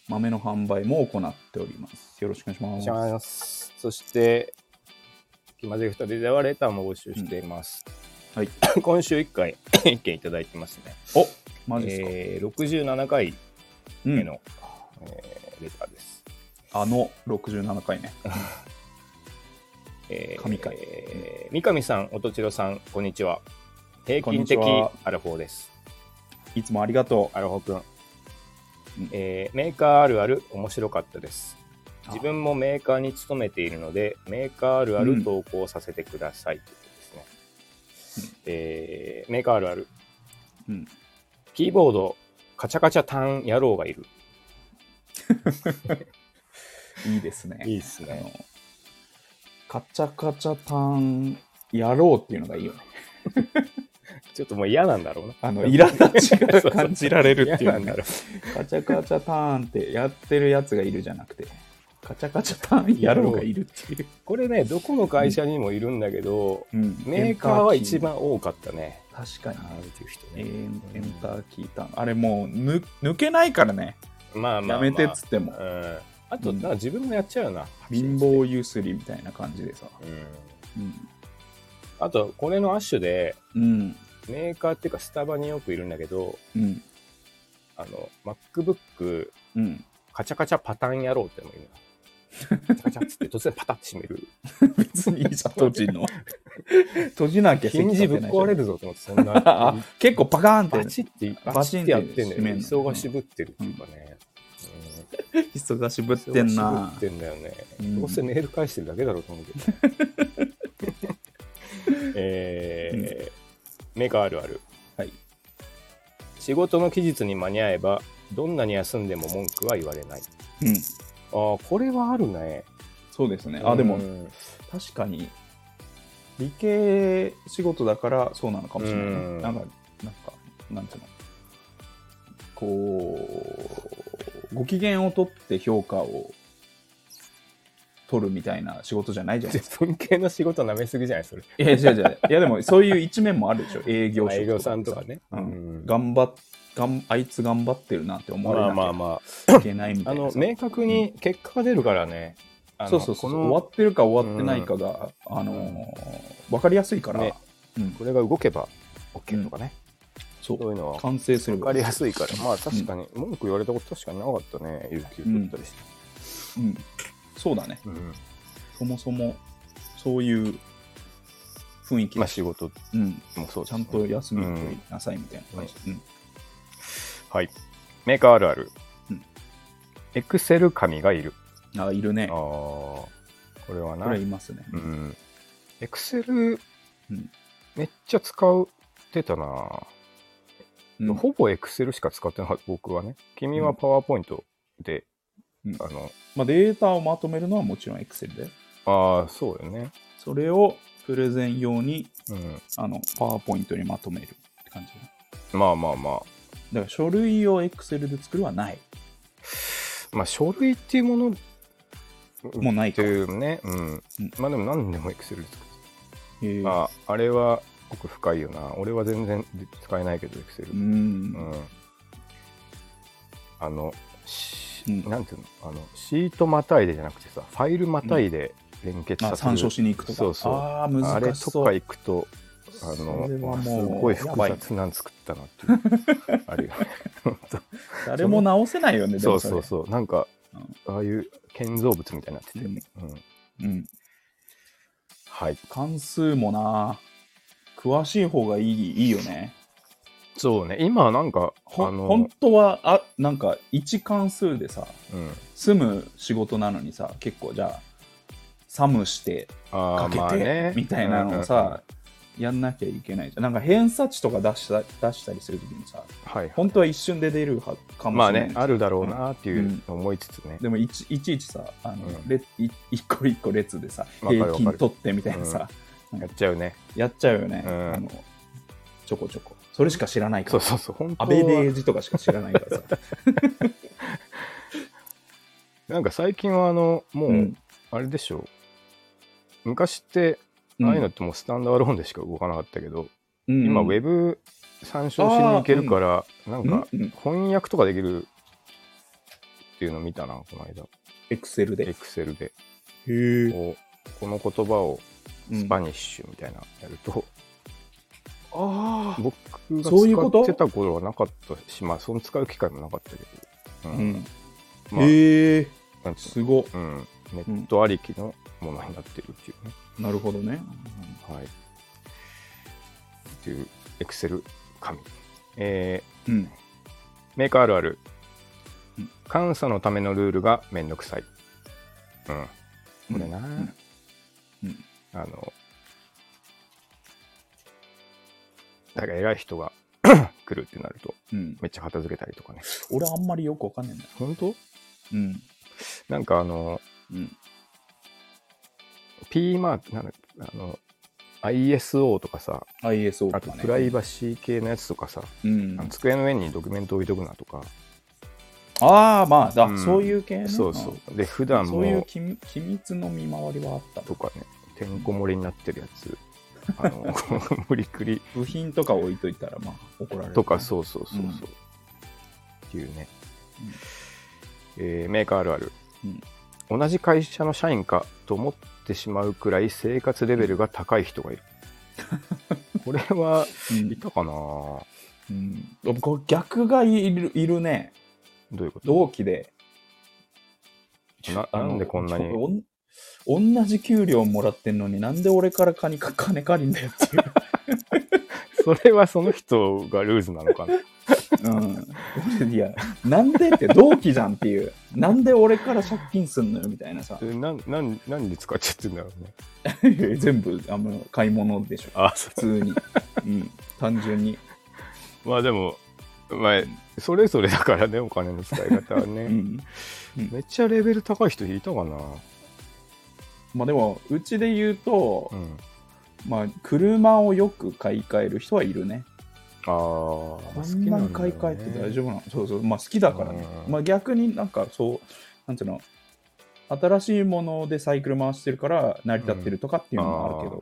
S1: 豆の販売も行っております。よろしくお願いし
S2: し
S1: ます。
S2: ますそして気まずい2人ではレターも募集しています、
S1: はい、
S2: 今週1回一件いただいてますね。
S1: おマジですか、
S2: えー、67回
S1: うん
S2: 目の、えーレターです。
S1: あの67回ね。
S2: えー
S1: 神回
S2: えー三上さん、音千代さん、こんにちは。平
S1: こん
S2: 均
S1: にち
S2: 的
S1: は
S2: アラフォーです。
S1: いつもありがと
S2: アラフォー君、
S1: うん
S2: えーメーカーあるある面白かったです。
S1: あ
S2: 自分もメーカーに勤めているので、メーカーあるある投稿させてください、ということですね、えーメーカーあるある。
S1: う。うん、
S2: キーボード、カチャカチャタン野郎がいる。
S1: いいですね。
S2: いいっす
S1: あ。のカチャカチャタンやろうっていうのがいいよね。
S2: ちょっともう嫌なんだろうな。
S1: あの、いらなちが感じられるってい
S2: 嫌な
S1: うんね
S2: だろう。
S1: カチャカチャターンってやってるやつがいるじゃなくて、カチャカチャターンやろうがいるっていう。
S2: これね、どこの会社にもいるんだけど、
S1: うん
S2: メーカーは一。番多かったね。
S1: 確かに。
S2: ああいう人
S1: え
S2: ね
S1: ーエンターキーターン。あれもうぬ抜けないからね。
S2: まあまあ、ま
S1: やめ
S2: あ。
S1: てっつっても
S2: う。ん。あと、なんか自分もやっちゃうな。
S1: 貧乏ゆすりみたいな感じでさ。
S2: うん。
S1: うん。
S2: あと、これのアッシュで、
S1: うん。
S2: メーカーっていうかスタバによくいるんだけど、
S1: うん。
S2: あの、MacBook、
S1: うん。
S2: カチャカチャパターン野郎ってのもいるな。カチャカチャっつって突然パタッて閉める。
S1: [LAUGHS] 別にいいじゃん、閉じんの。閉じなきゃ
S2: ヒンジぶっ壊れ
S1: る。
S2: るぞと思って、そんな
S1: [LAUGHS] あ。、結構パカーンって、
S2: バ
S1: ね、
S2: チって、
S1: バ
S2: バ
S1: チ
S2: チ
S1: ンっ
S2: っててやってんだよ
S1: 閉め
S2: ね。
S1: んの
S2: 忙しぶってるっていうかね。
S1: 忙し
S2: う
S1: ぶってん
S2: 忙
S1: な
S2: しぶってんだよね。
S1: うん
S2: どうせメール返してるだけだろうと思うけどね。
S1: [LAUGHS]
S2: えー、メーカーあるある。
S1: はい。
S2: 仕事の期日に間に合えば、どんなに休んでも文句は言われない。
S1: うん。
S2: ああ、これはあるね。
S1: そうですね。あ、でも、
S2: うん
S1: 確かに、理系仕事だからそうなのかもしれないね
S2: うん。
S1: なんか、なんか、なんていうの。こう、ご機嫌を取って評価を取るみたいな仕事じゃないじゃ
S2: [LAUGHS]
S1: ないですか。
S2: 文系の仕事舐めすぎじゃな
S1: [LAUGHS]
S2: いそれ。
S1: いや、違う違う。いや、でも、そういう一面もあるでしょ。営業職
S2: [LAUGHS] まあ営業さんとかね。
S1: うん
S2: うん
S1: 頑張っがんあいつ頑張ってるなって思
S2: ま
S1: わ
S2: あ
S1: れ
S2: まあ
S1: な
S2: ま
S1: きゃいけないみ
S2: あ、
S1: た
S2: あ
S1: いな
S2: の、
S1: さ、
S2: 明確に結果が出るからね。あの
S1: そうそうそう
S2: こ
S1: 終わ
S2: の
S1: ってるか終わってないかが、あのー、分かりやすいから、
S2: ね
S1: うん、
S2: これが動けば OK とかね。
S1: そ
S2: そう
S1: う
S2: いうのは
S1: 完成する
S2: 分かりやすいから。まあ確かに、文句言われたこと確かになかったね。有給取ったりして。
S1: うん、そうだね
S2: うん
S1: そもそもそういう雰囲気、
S2: まあ仕事
S1: うん、
S2: もそうですね
S1: ちゃんと休みを取りなさいみたいな感じ、うん
S2: はい。メーカーあるある
S1: うん。
S2: エクセル紙がいる。
S1: あいるね
S2: ああ。これ
S1: こ
S2: はな
S1: れ。いますね、
S2: うん。エクセル
S1: うん、
S2: めっちゃ使ってたな。
S1: うん
S2: ほぼ Excel しか使ってなかった、僕はね。君は PowerPoint で、
S1: うん
S2: あの、
S1: まあ、データをまとめるのはもちろん Excel で
S2: ああ、そうよね。
S1: それをプレゼン用に
S2: うん。
S1: あのパワーポイントにまとめるって感じだね
S2: まあまあま
S1: だから書類を Excel で作るはない。
S2: あ。まあ、書類っていうもの、
S1: もうない
S2: と
S1: か。
S2: いうね。うん
S1: うん。
S2: まあでも何でも Excel で作って
S1: へー
S2: る。まあ、あれは奥深いよな。俺は全然使えないけど、Excel
S1: う。。
S2: うんん。あの、し
S1: うん
S2: なんていうのあの、シートまたいでじゃなくてさ、ファイルまたいで連結さ
S1: あ、
S2: せる。
S1: 参照しに行くとか。
S2: そうそう
S1: ああ、
S2: あれ
S1: 難し
S2: と
S1: そう。
S2: か行くと、あの
S1: それは
S2: す
S1: もう
S2: ごい複雑なん作ったなっていう [LAUGHS] あるよ
S1: [LAUGHS]
S2: ね本
S1: 誰も直せないよね、
S2: 当
S1: で
S2: そ
S1: も
S2: うそう
S1: れ
S2: そうなんかああいう建造物みたいになってて、
S1: うん
S2: うん
S1: うん。
S2: はい
S1: 関数もな、詳しい方がいいいいよね。
S2: そうね今なんかあ
S1: ほ
S2: の
S1: 本当は、あ、なんか、一関数でさ、
S2: うん
S1: 済む仕事なのにさ、結構じゃあ、サムして、か
S2: あー
S1: け
S2: まあ
S1: て
S2: ね、
S1: みたいなのを
S2: うんうんうん
S1: さ、やんなきゃいけないじゃん。なんか偏差値とか出した出したりするときにさ、
S2: はい
S1: 本当は一瞬で出るはか
S2: ま
S1: も
S2: あ
S1: しれない
S2: ねあるだろうなっていうのを思いつつね、
S1: でもいちいちいちさあの、
S2: うん
S1: れい一個一個列でさ
S2: わかるわ
S1: 平
S2: かる
S1: 均取ってみたいなさ、うん
S2: やっちゃうね
S1: やっちゃうよね、
S2: うん
S1: あのちょこちょこそれしか知らないか
S2: そう
S1: ら
S2: そうそう本当
S1: ア
S2: は
S1: ベレージとかしか知らないからさ、
S2: なんか最近はあのもう、
S1: うん
S2: あれでしょ昔ってああいうのってもうスタンドアローンでしか動かなかったけど、
S1: うん
S2: 今、ウェブ参照しに行けるから、なんか
S1: うんうん
S2: 翻訳とかできるっていうの見たな、この間、
S1: エクセルで
S2: エクセルで。
S1: へえ
S2: こうこの言葉をスパ
S1: ニ
S2: ニッシュみたいなのやると、
S1: ああ。
S2: 僕が
S1: そういうこと
S2: 使ってた頃はなかったし、まあ、その使う機会もなかったけど、うん
S1: うん。
S2: まあ、
S1: へえ。
S2: なんつう
S1: すご。
S2: のうん、ネットありきのものになってるっていうね。
S1: なるほどね。
S2: はい。っていう、エクセル紙。えー
S1: うん。
S2: メーカーあるある
S1: うん。
S2: 監査のためのルールがめんどくさい。うん。これな、
S1: んうん
S2: あの、だから偉い人が [COUGHS] 来るってなると、
S1: うん。
S2: めっちゃ片付けたりとかね。
S1: 俺あんまりよくわかんないんだ。
S2: 本当
S1: うん。
S2: なんかあの、
S1: うん。
S2: P マーク、なんだあの、ISO とかさ、
S1: ISO
S2: あ
S1: と
S2: と
S1: かね。
S2: プライバシー系のやつとかさ、
S1: うん
S2: あの。机の上にドキュメント置いとくなとか、
S1: ああ、まあ、だ
S2: うん
S1: そういう系ね
S2: そうそう。で、普段
S1: そ
S2: も
S1: ういう機密機密の見回りはあった
S2: とかね、てんこ盛りになってるやつ、あ [LAUGHS] の、無理くり
S1: 部品とか置いといたらまあ怒られる、
S2: とか、そうそうそうそう。
S1: うん
S2: っていうね
S1: うん。
S2: えーメーカーあるある、同じ会社の社員かと思ってしまうくらい生活レベルが高い人 [LAUGHS] がいる。これは
S1: うん
S2: いたか
S1: う
S2: な
S1: んこう逆がいるいるね
S2: どういうこと
S1: 同期で
S2: な
S1: あの
S2: なんでこんなに
S1: ちょおん同じ給料もらってんのになんで俺から金か金借りんだよっていう
S2: [LAUGHS] それはその人がルーズなのかな
S1: うん、いや、なんでって同期じゃんっていう、なんで俺から借金すんのよみたいな
S2: [LAUGHS]
S1: さ、
S2: えなんなんなんで使っちゃってんだろうね。
S1: 全部あの買い物でしょ、
S2: あそ
S1: 普通
S2: [LAUGHS]
S1: に、うん、単純に、
S2: うまあでも、まあ、それぞれだからね、お金の使い方は
S1: う
S2: ね。
S1: ん。
S2: めっちゃレベル高い人いたかな
S1: まあでも、うちで言うと
S2: う、ん。
S1: まあ、車をよく買い替える人はいるね。
S2: あー
S1: あんなに買い替えて大丈夫なのそうそう、まあ好きだからね。
S2: うん
S1: まあ逆になんかそう、なんていうの、新しいものでサイクル回してるから成り立ってるとかっていうのもあるけど、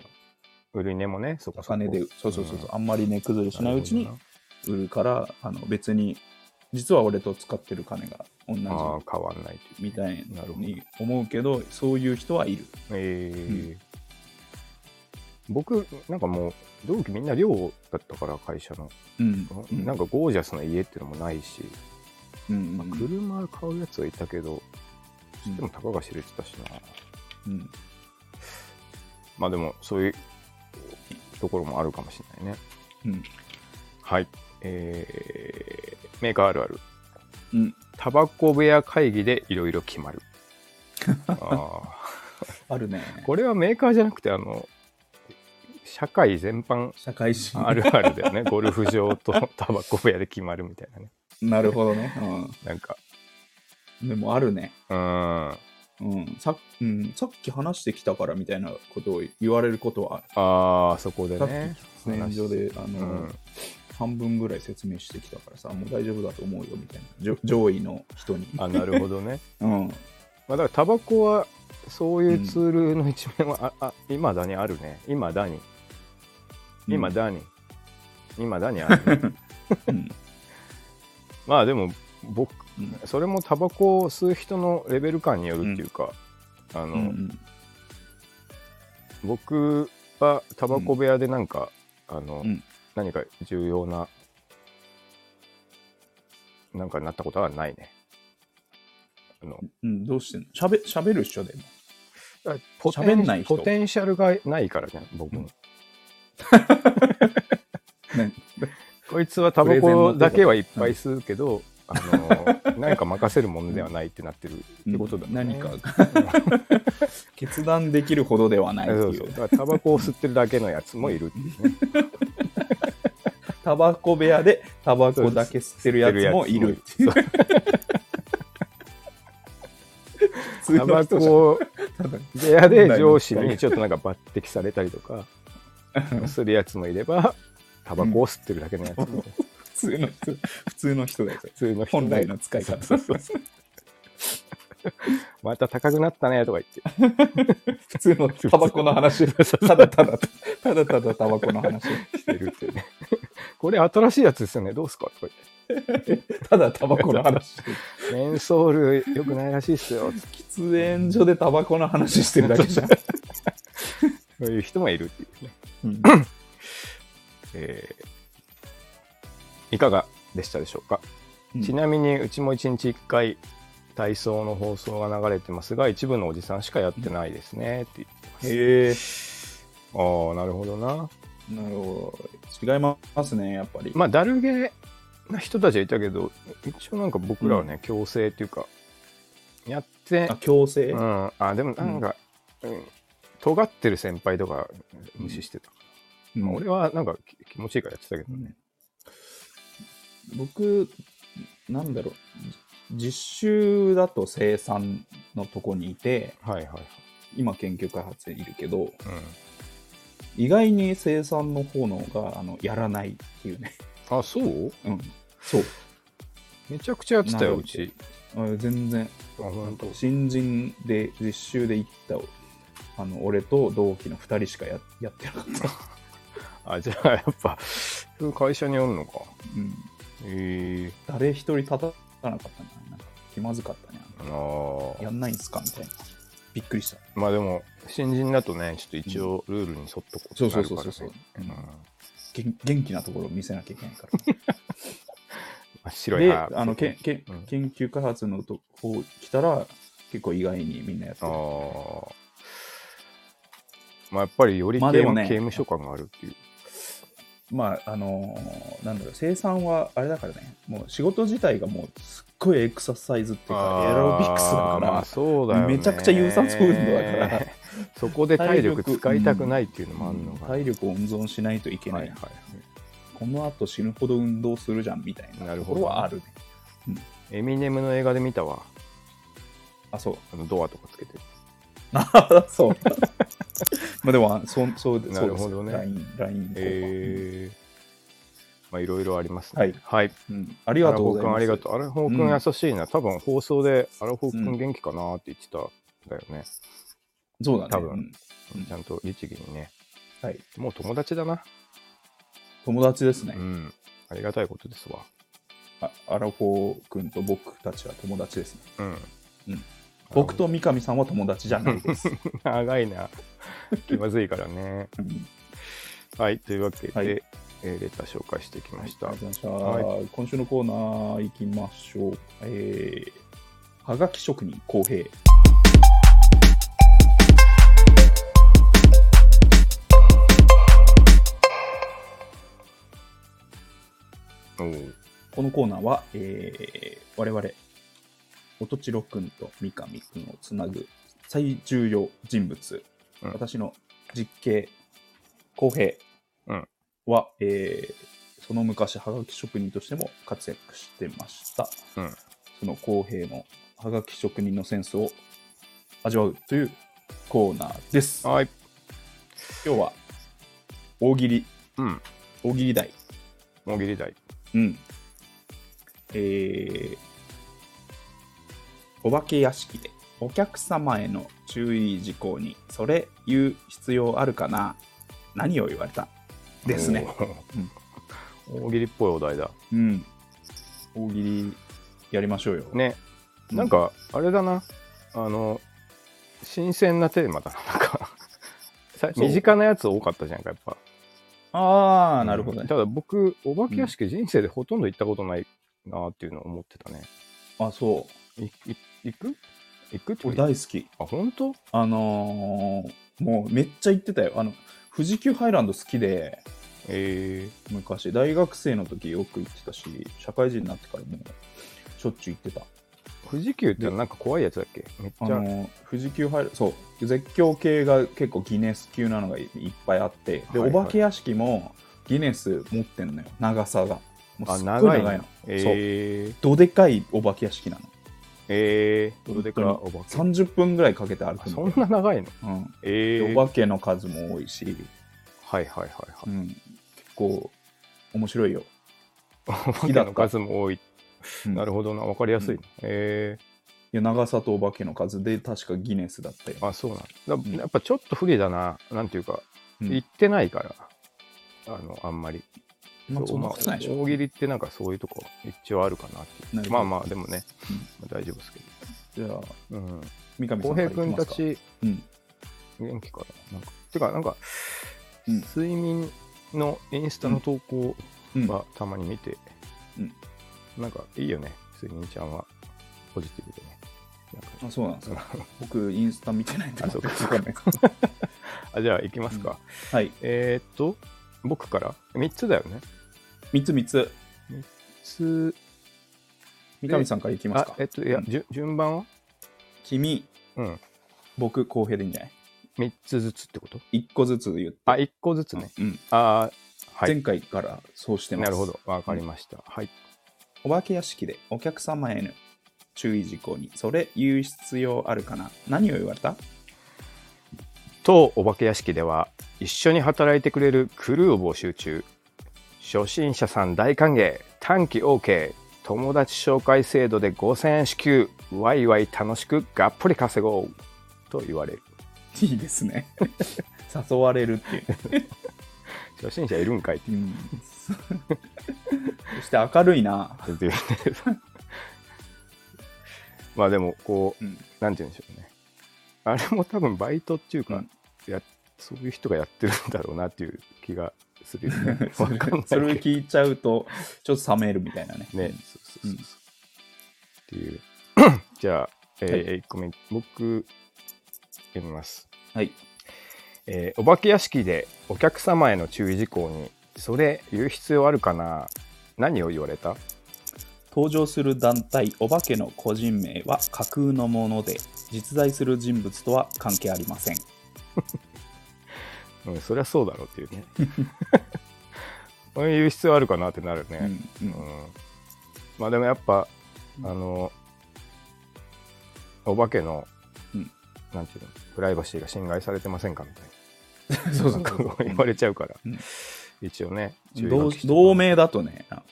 S2: 夫。売り値もね、そこ
S1: お
S2: そこ
S1: 金で、そうそうそうそう、
S2: ん
S1: あんまり値崩れしないうちに
S2: なる
S1: 売るから、あの別に、実は俺と使ってる金が同じ
S2: ほどなあー変わんないという。
S1: みたい
S2: なるほど
S1: に思うけど、そういう人はいる。
S2: えー僕、なんかもう、同期みんな寮だったから、会社の。
S1: うん。うん
S2: なんかゴージャスな家っていうのもないし、
S1: うん
S2: まあ、車買うやつはいたけど、
S1: うん
S2: でもたかが知れてたしな。
S1: うん
S2: まあでも、そういうところもあるかもしれないね。
S1: うん
S2: はい。えーメーカーあるある。
S1: うん
S2: タバコ部屋会議でいろいろ決
S1: [LAUGHS]
S2: まる。あー
S1: あるね。
S2: これはメーカーじゃなくて、あの、社会全般
S1: 社会人。
S2: あるあるだよね。ゴルフ場と [LAUGHS] タバコ部屋で決まるみたいなね。
S1: [LAUGHS] なるほどね。
S2: なんか、
S1: うん。でもあるね。
S2: うーん。あ
S1: うんさうん、さっき話してきたからみたいなことを言われることはある。
S2: あ、そこで
S1: さっ
S2: ね。
S1: き喫煙所であ
S2: う
S1: の、
S2: ん。
S1: 半分ぐらい説明してきたからさ、もう大丈夫だと思うよみたいな、じょ上位の人に。
S2: あ、なるほどね。
S1: うん、
S2: まあ、だからタバコはそういうツールの一面は、ああ今だにあるね今だに今だに、今だにある、ね、
S1: [LAUGHS] うん
S2: まあでも僕
S1: うん
S2: それもタバコを吸う人のレベル感によるっていうか、あの、
S1: うんうん
S2: 僕はタバコ部屋でなんか、あの、
S1: うん
S2: 何か重要ななんかになったことはないねあの
S1: うん、どうしてんのしゃべしゃべるっしょでも。
S2: ポテン
S1: 喋んない人
S2: ポテンシャルがないからね僕の [LAUGHS]
S1: ね
S2: こいつはタバコだけはいっぱい吸うけど、あの何か任せるものではないってなってるってことだ、ね
S1: 何か
S2: [LAUGHS]
S1: 決断できるほどではないってい
S2: そううそうだからタバコを吸ってるだけのやつもいるっていうね
S1: タバコ部屋でタバコだけ吸ってるやつもいるっていう。普通の人じゃん
S2: タバコ
S1: ただ
S2: 部屋で
S1: [LAUGHS]
S2: 上司にちょっとなんか抜擢されたりとかするやつもいればタバコを吸ってるだけのや
S1: [LAUGHS]
S2: つも、
S1: 普通の人、普通の人だよ。それ
S2: 普通の人も
S1: 本来の使い方。
S2: そうそうそうまた高くなったねとか言って
S1: 普通のタバコの話。ただただ、ただただタバコの話。
S2: してるっていうね [LAUGHS] これ新しいやつですよねどうすかとか言って
S1: ただタバコの話。 [LAUGHS]
S2: メンソール良くないらしいっすよつって
S1: 喫煙所でタバコの話してるだけじゃん。
S2: そういう人もいるっていうね。
S1: うん
S2: えーいかがでしたでしょうか、
S1: うん
S2: ちなみにうちも1日1回体操の放送が流れてますが一部のおじさんしかやってないですねって言ってます、
S1: へえ
S2: ああなるほどな
S1: なるほど違いますねやっぱり、
S2: まあだるげな人たちはいたけど一応なんか僕らはね、強制っていうかやって
S1: あ強制、
S2: うん、あでもなんか、うん、尖ってる先輩とか無視してた、
S1: うん
S2: まあ俺はなんかき気持ちいいからやってたけどね、
S1: 僕なんだろう実習だと生産のとこにいて
S2: はいはい、
S1: 今研究開発でいるけど
S2: う
S1: 意外に生産の方の方があのやらないっていうね
S2: ん、あそう
S1: うんそう
S2: めちゃくちゃやってたよ
S1: なん
S2: う
S1: で
S2: ち
S1: あ全然
S2: あ本当
S1: 新人で実習で行ったあの俺と同期の2人しかややってなかった、
S2: あじゃあやっぱそういう会社におるのか
S1: うん、
S2: へえ
S1: 誰一人立たなかったななんか気まずかったね
S2: あの
S1: やんないんすかみたいなびっくりした
S2: まあでも新人だとねちょっと一応ルールに沿っとこう
S1: そう
S2: と
S1: そう
S2: なる
S1: そ
S2: か
S1: う
S2: ら
S1: そう
S2: ね
S1: そう
S2: うん
S1: げん元気なところを見せなきゃいけないから
S2: 真っ白い
S1: で、
S2: 歯
S1: あのけんけん
S2: うん
S1: 研究開発のとこ来たら、結構意外にみんなやって
S2: あ
S1: る。
S2: ーまあやっぱりより刑
S1: まあ
S2: 務,、
S1: でもね
S2: 刑務所感があるっていう
S1: まあ、あのーなんだろう、生産はあれだからね、もう仕事自体がもうすっごいエクササイズっていうか、エアロビクスだ
S2: あーまあ
S1: か
S2: そうだよね
S1: めちゃくちゃ有酸素運動だから
S2: [LAUGHS] そこで体力
S1: 体力
S2: 使いたくないっていうのもあるの
S1: ら、
S2: か
S1: 体力を温存しないといけない。
S2: はいはいは
S1: この後死ぬほど運動するじゃんみたい
S2: な
S1: な
S2: る
S1: と
S2: ほ
S1: こ
S2: ど
S1: ろはあるね。
S2: いエミネムの映画で見たわ
S1: あ、そう。
S2: あのドアとかつけて
S1: あそう。
S2: [LAUGHS]
S1: まあでも、そうそうで
S2: な
S1: そう
S2: る
S1: です
S2: ほ
S1: よ。
S2: どね
S1: LINE、LINE とか。
S2: えーまあいろいろありますね
S1: はい
S2: はい
S1: うんあ
S2: あ
S1: りがとうございます。
S2: ありがとう。アラフォー君優しいな。多分放送でアラフォー君元気かなって言ってたんだよね。
S1: そうだね。
S2: 多分
S1: うんうん
S2: ちゃんと律儀にね。
S1: はい。
S2: もう友達だな。
S1: 友達ですね。
S2: うん。ありがたいことですわ。
S1: あアラフォー君と僕たちは友達ですね。
S2: うん。
S1: うん僕と三上さんは友達じゃない
S2: [LAUGHS]
S1: です。
S2: 長いな。気まずいからね。
S1: うん
S2: はい。というわけで、
S1: はい
S2: えーレター紹介してきました。
S1: ありがとうございました
S2: は
S1: 今週のコーナー行きましょう。えー、はがき職人公平。
S2: おー
S1: このコーナーは、えー我々、おとちろくんと三上くんをつなぐ最重要人物、
S2: うん
S1: 私の実刑、公平
S2: うん
S1: は、えーその昔、はがき職人としても活躍してました。
S2: うん
S1: その公平のはがき職人のセンスを味わうというコーナーです。
S2: はい。
S1: 今日は、大喜利、
S2: うん。
S1: 大喜利台。
S2: 大喜利台。
S1: うん。えーお化け屋敷でお客様への注意事項にそれ言う必要あるかな何を言われたですね。
S2: おー。大喜利っぽいお題だ。
S1: うん。大喜利やりましょうよ。
S2: ね。なんか、あれだな。あの、新鮮なテーマだな。なんかさ
S1: そう
S2: 身近なやつ多かったじゃんか、やっぱ。
S1: ああ、なるほど
S2: うん
S1: ね。
S2: ただ僕、お化け屋敷人生でほとんど行ったことないなっていうのを思ってたね。
S1: あ、そう。
S2: いい行く行くって
S1: 俺
S2: こと
S1: 大好き。
S2: あ、本当
S1: あのーもうめっちゃ言ってたよ。あの、富士急ハイランド好きで、
S2: え
S1: 昔、大学生の時よく行ってたし、社会人になってからもうしょっちゅう行ってた。
S2: ー、富士急ってなんか怖いやつだっけめっち
S1: あ
S2: ゃ。
S1: の富士急入るそう絶叫系が結構ギネス級なのがいいっぱいあってで、
S2: はいはい
S1: お化け屋敷もギネス持ってんのよ長さがもう
S2: あ、
S1: すっご
S2: 長
S1: い長い
S2: い
S1: の
S2: ね。えー、
S1: どでかいお化け屋敷なの
S2: えー、どれからお
S1: 本
S2: 化け
S1: 30分ぐらいかけて歩
S2: あ
S1: く
S2: そ
S1: の
S2: んな長いの
S1: うん
S2: え
S1: で
S2: ー、
S1: お化けの数も多いし、
S2: はいはいはいは
S1: う
S2: い。
S1: ん、結構面白いよ、
S2: お化けの数も多い。
S1: うん
S2: なるほどな、わかりやすい。
S1: うん
S2: え
S1: いや長さとお化けの数で確かギネスだったよ
S2: ー、あ、そうなんだ。
S1: ん
S2: やっぱちょっと不利だな。なんていうか、
S1: うん
S2: 行ってないから。あの、あんまり。
S1: まあそんなことないでしょ
S2: まあ大喜利ってなんかそういうとこ一応あるかなってい
S1: な
S2: う
S1: るほ
S2: まあ
S1: ど
S2: まあでもね、まあ大丈夫ですけ
S1: じゃあ
S2: ど、うん、
S1: 三上さ
S2: 浩
S1: んから
S2: 平
S1: いき
S2: 君
S1: ま
S2: た
S1: すか
S2: ち
S1: うん
S2: 元気かななんかてかなんか、
S1: うん
S2: 睡眠のインスタの投稿
S1: うん
S2: はたまに見て、
S1: うん
S2: なんかいいよね、すぎんちゃんはポジティブでね。なん
S1: あ、
S2: か
S1: そうなんですか。僕、インスタ見てないんで、
S2: あそうか
S1: わ [LAUGHS] かんないです
S2: あじゃあ行きますか。
S1: はい。
S2: えーっと、僕から3つだよね。
S1: 三つ三つ。
S2: つ
S1: 三上さんからいきます
S2: あ
S1: か、
S2: え。っと、いや、
S1: うん
S2: じゅ順番は
S1: 君、
S2: うん。
S1: 僕、浩平でいいんじゃない
S2: 3つずつってこと
S1: 一個ずつ言って。
S2: あ、1個ずつね。
S1: うん。
S2: あーはい。
S1: 前回からそうしてます。
S2: なるほど。わかりました。はい。
S1: お化け屋敷でお客様への注意事項に、それ言う必要あるかな何を言われた
S2: 当お化け屋敷では一緒に働いてくれるクルーを募集中初心者さん大歓迎短期 OK 友達紹介制度で5000円支給ワイワイ楽しくがっぽり稼ごうと言われる
S1: いいです
S2: [LAUGHS]
S1: ね。誘われるっていう。
S2: 初心者いるんかいって
S1: うん、そして明るいな。
S2: 言ってるまあでもこ
S1: うん、
S2: うなんて言うんでしょうねあれも多分バイトっていうか、
S1: うん
S2: やそういう人がやってるんだろうなっていう気がするよ [LAUGHS] ね
S1: そ
S2: わ
S1: れ
S2: かんない
S1: それ
S2: けど
S1: 聞いちゃうと、ちょっと冷めるみたいなね。
S2: ね、そうそうそうそう
S1: うん
S2: っていうじゃあ、えー1個目僕読みます、
S1: はい。
S2: えーお化け屋敷でお客様への注意事項に「それ言う必要あるかな?」何を言われた
S1: 登場する団体、お化けの個人名は架空のもので、実在する人物とは関係ありません。
S2: うんそりゃそうだろうっていうねうん言う必要あるかなってなる
S1: う
S2: ね、
S1: んう
S2: うん
S1: ん
S2: まあでもやっぱあのお化けの、
S1: うん
S2: なんていうのプライバシーが侵害されてませんかみたい
S1: [LAUGHS]
S2: な
S1: そうそう
S2: なん
S1: そ
S2: か
S1: う
S2: 言われちゃうから、
S1: うん
S2: 一応ね注意書
S1: 同
S2: きして
S1: 同盟だとね、なんか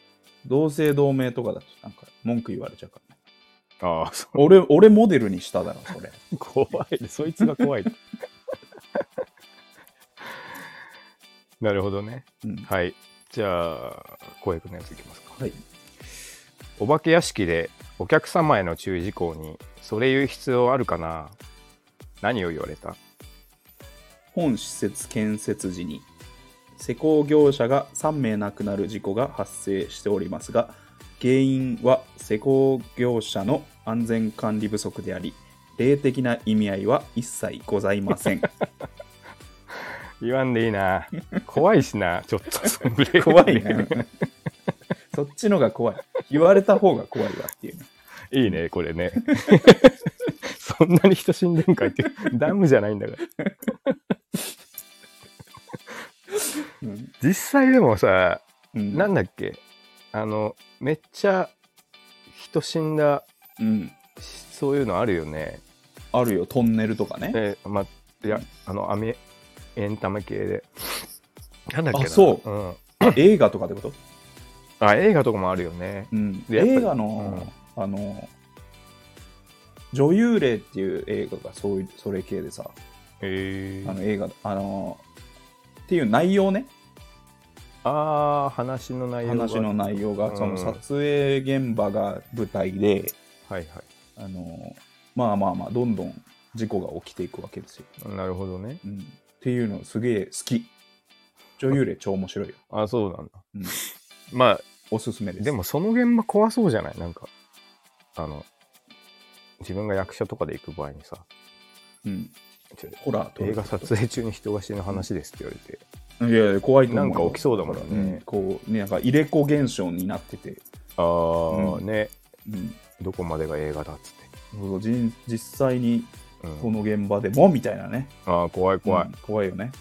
S1: 同姓同名とかだと、なんか文句言われちゃうからね。
S2: ああそ
S1: 俺、俺モデルにしただろ、それ。
S2: う怖いそいつが
S1: [LAUGHS]
S2: 怖いなるほどね
S1: うん
S2: はいじゃあ浩平君のやついきますか
S1: はい。
S2: お化け屋敷でお客様への注意事項にそれ言う必要あるかな何を言われた
S1: 本施設建設時に施工業者が3名亡くなる事故が発生しておりますが原因は施工業者の安全管理不足であり霊的な意味合いは一切ございません
S2: 言わんでいいな怖いし [LAUGHS] なちょっとそれ
S1: 怖いね [LAUGHS] そっちのが怖い言われた方が怖いわっていうね
S2: いいね、これね。 [LAUGHS] そんなに人死んでんかいって、ダムじゃないんだから。
S1: うん
S2: 実際でもさ、
S1: うん
S2: なんだっけ、あの、めっちゃ人死んだ、
S1: うん
S2: そういうのあるよね。
S1: あるよトンネルとかね
S2: えま、いや、あの、アメ、エンタメ系で。なんだっけな。
S1: あそう
S2: ん。
S1: 映画とかってこと、
S2: あ、映画とかもあるよね。
S1: うん、
S2: でやっぱり
S1: 映画の、あの女優霊っていう映画がそういうそれ系でさ、
S2: へ
S1: あ
S2: ー
S1: の映画、あのっていう内容ね、
S2: あー、話の内容が
S1: 話の内容
S2: う
S1: が、
S2: ん
S1: その撮影現場が舞台で、
S2: はいは
S1: あのまあまあまあ、どんどん事故が起きていくわけですよ。
S2: い。なるほどね。
S1: うん、っていうの、すげえ好き。女優霊超面白いよ。
S2: あ、そうなんだ。
S1: うん
S2: まあ、
S1: おすすめです。
S2: でもその現場怖そうじゃないなんか、あの、自分が役者とかで行く場合にさ、
S1: うん、
S2: ちょ
S1: ホラーと
S2: 映画撮影中に人が死ぬ話ですって言われて、
S1: いやいや、怖いと思う
S2: なん
S1: よ
S2: か起きそうだもん
S1: うん
S2: ね。
S1: こうね、なんか入れ子現象になってて、
S2: あー、
S1: う
S2: ね、
S1: うん、
S2: どこまでが映画だっつっ
S1: そうじ実際に
S2: て。うん
S1: この現場でもみたいなね、
S2: あー、怖い怖い。
S1: うん怖いよね。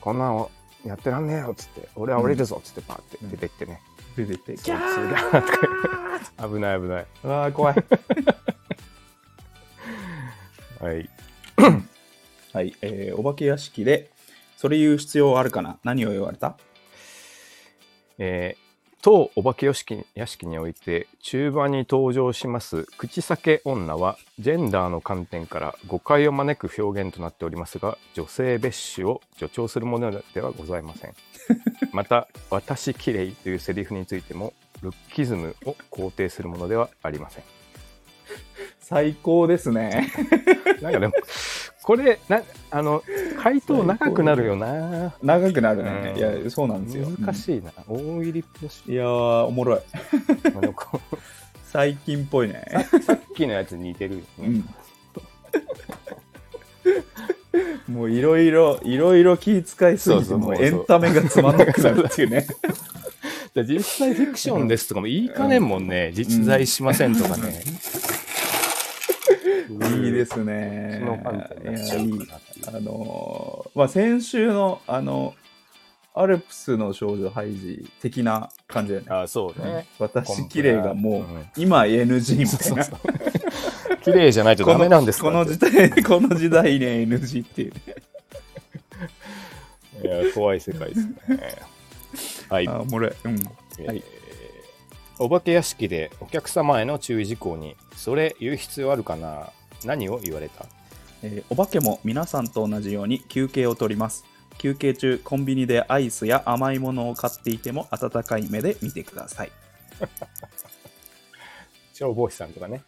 S2: こんなんをやってらんねえよっつって、俺は俺るぞっつってパーって出てってね。
S1: 出てって、
S2: そいつがとか言って危ない危ない。
S1: ああ、怖い。
S2: はい。
S1: はい、えーお化け屋敷で、それ言う必要あるかな何を言われた
S2: えー当お化け屋敷屋敷において中盤に登場します口裂け女はジェンダーの観点から誤解を招く表現となっておりますが女性蔑視を助長するものではございま [LAUGHS] せんまた「私きれい」というセリフについてもルッキズムを肯定するものではありません
S1: 最高ですね。
S2: なんかでも、これ、なあの、回答長くなるよな。
S1: 長くなるね。
S2: うん
S1: いや、そうなんですよ。
S2: 難しいな。大入りプ
S1: [LAUGHS]
S2: レッシ
S1: いやー、おもろい。
S2: ャーまあでもこう
S1: 最近っぽいね。
S2: さっきのやつ似てるよ
S1: う
S2: ね。
S1: ん。もういろいろ、いろいろ気遣いすぎ
S2: そう
S1: て、
S2: そう
S1: もう
S2: そうそう
S1: エンタメがつまんなくなるっていうね。
S2: で実際フィクションですとかも言いかねんもんね。実在しませんとかね。。
S1: いいですすね。
S2: その観点になっちゃ
S1: いや
S2: う
S1: いい
S2: かなっていう
S1: あのーまあ、先週の、あの、アルプスの少女ハイジ的な感じだよね。
S2: あ、そうね。
S1: 私綺麗がもう、
S2: うん
S1: 今 NG みたい
S2: そう
S1: な。
S2: そう綺麗じゃないと
S1: こ
S2: ダ
S1: の
S2: メなんですか
S1: この時代、この時代ね、NG っていうね。
S2: いや怖い世界です
S1: [LAUGHS]
S2: ね。はい。
S1: あ、おもろい。うん。はい
S2: えーお化け屋敷でお客様への注意事項に、それ言う必要あるかな何を言われた
S1: えーお化けも皆さんと同じように休憩を取ります。休憩中、コンビニでアイスや甘いものを買っていても温かい目で見てください。
S2: 消防士さんと
S1: [LAUGHS]
S2: かね。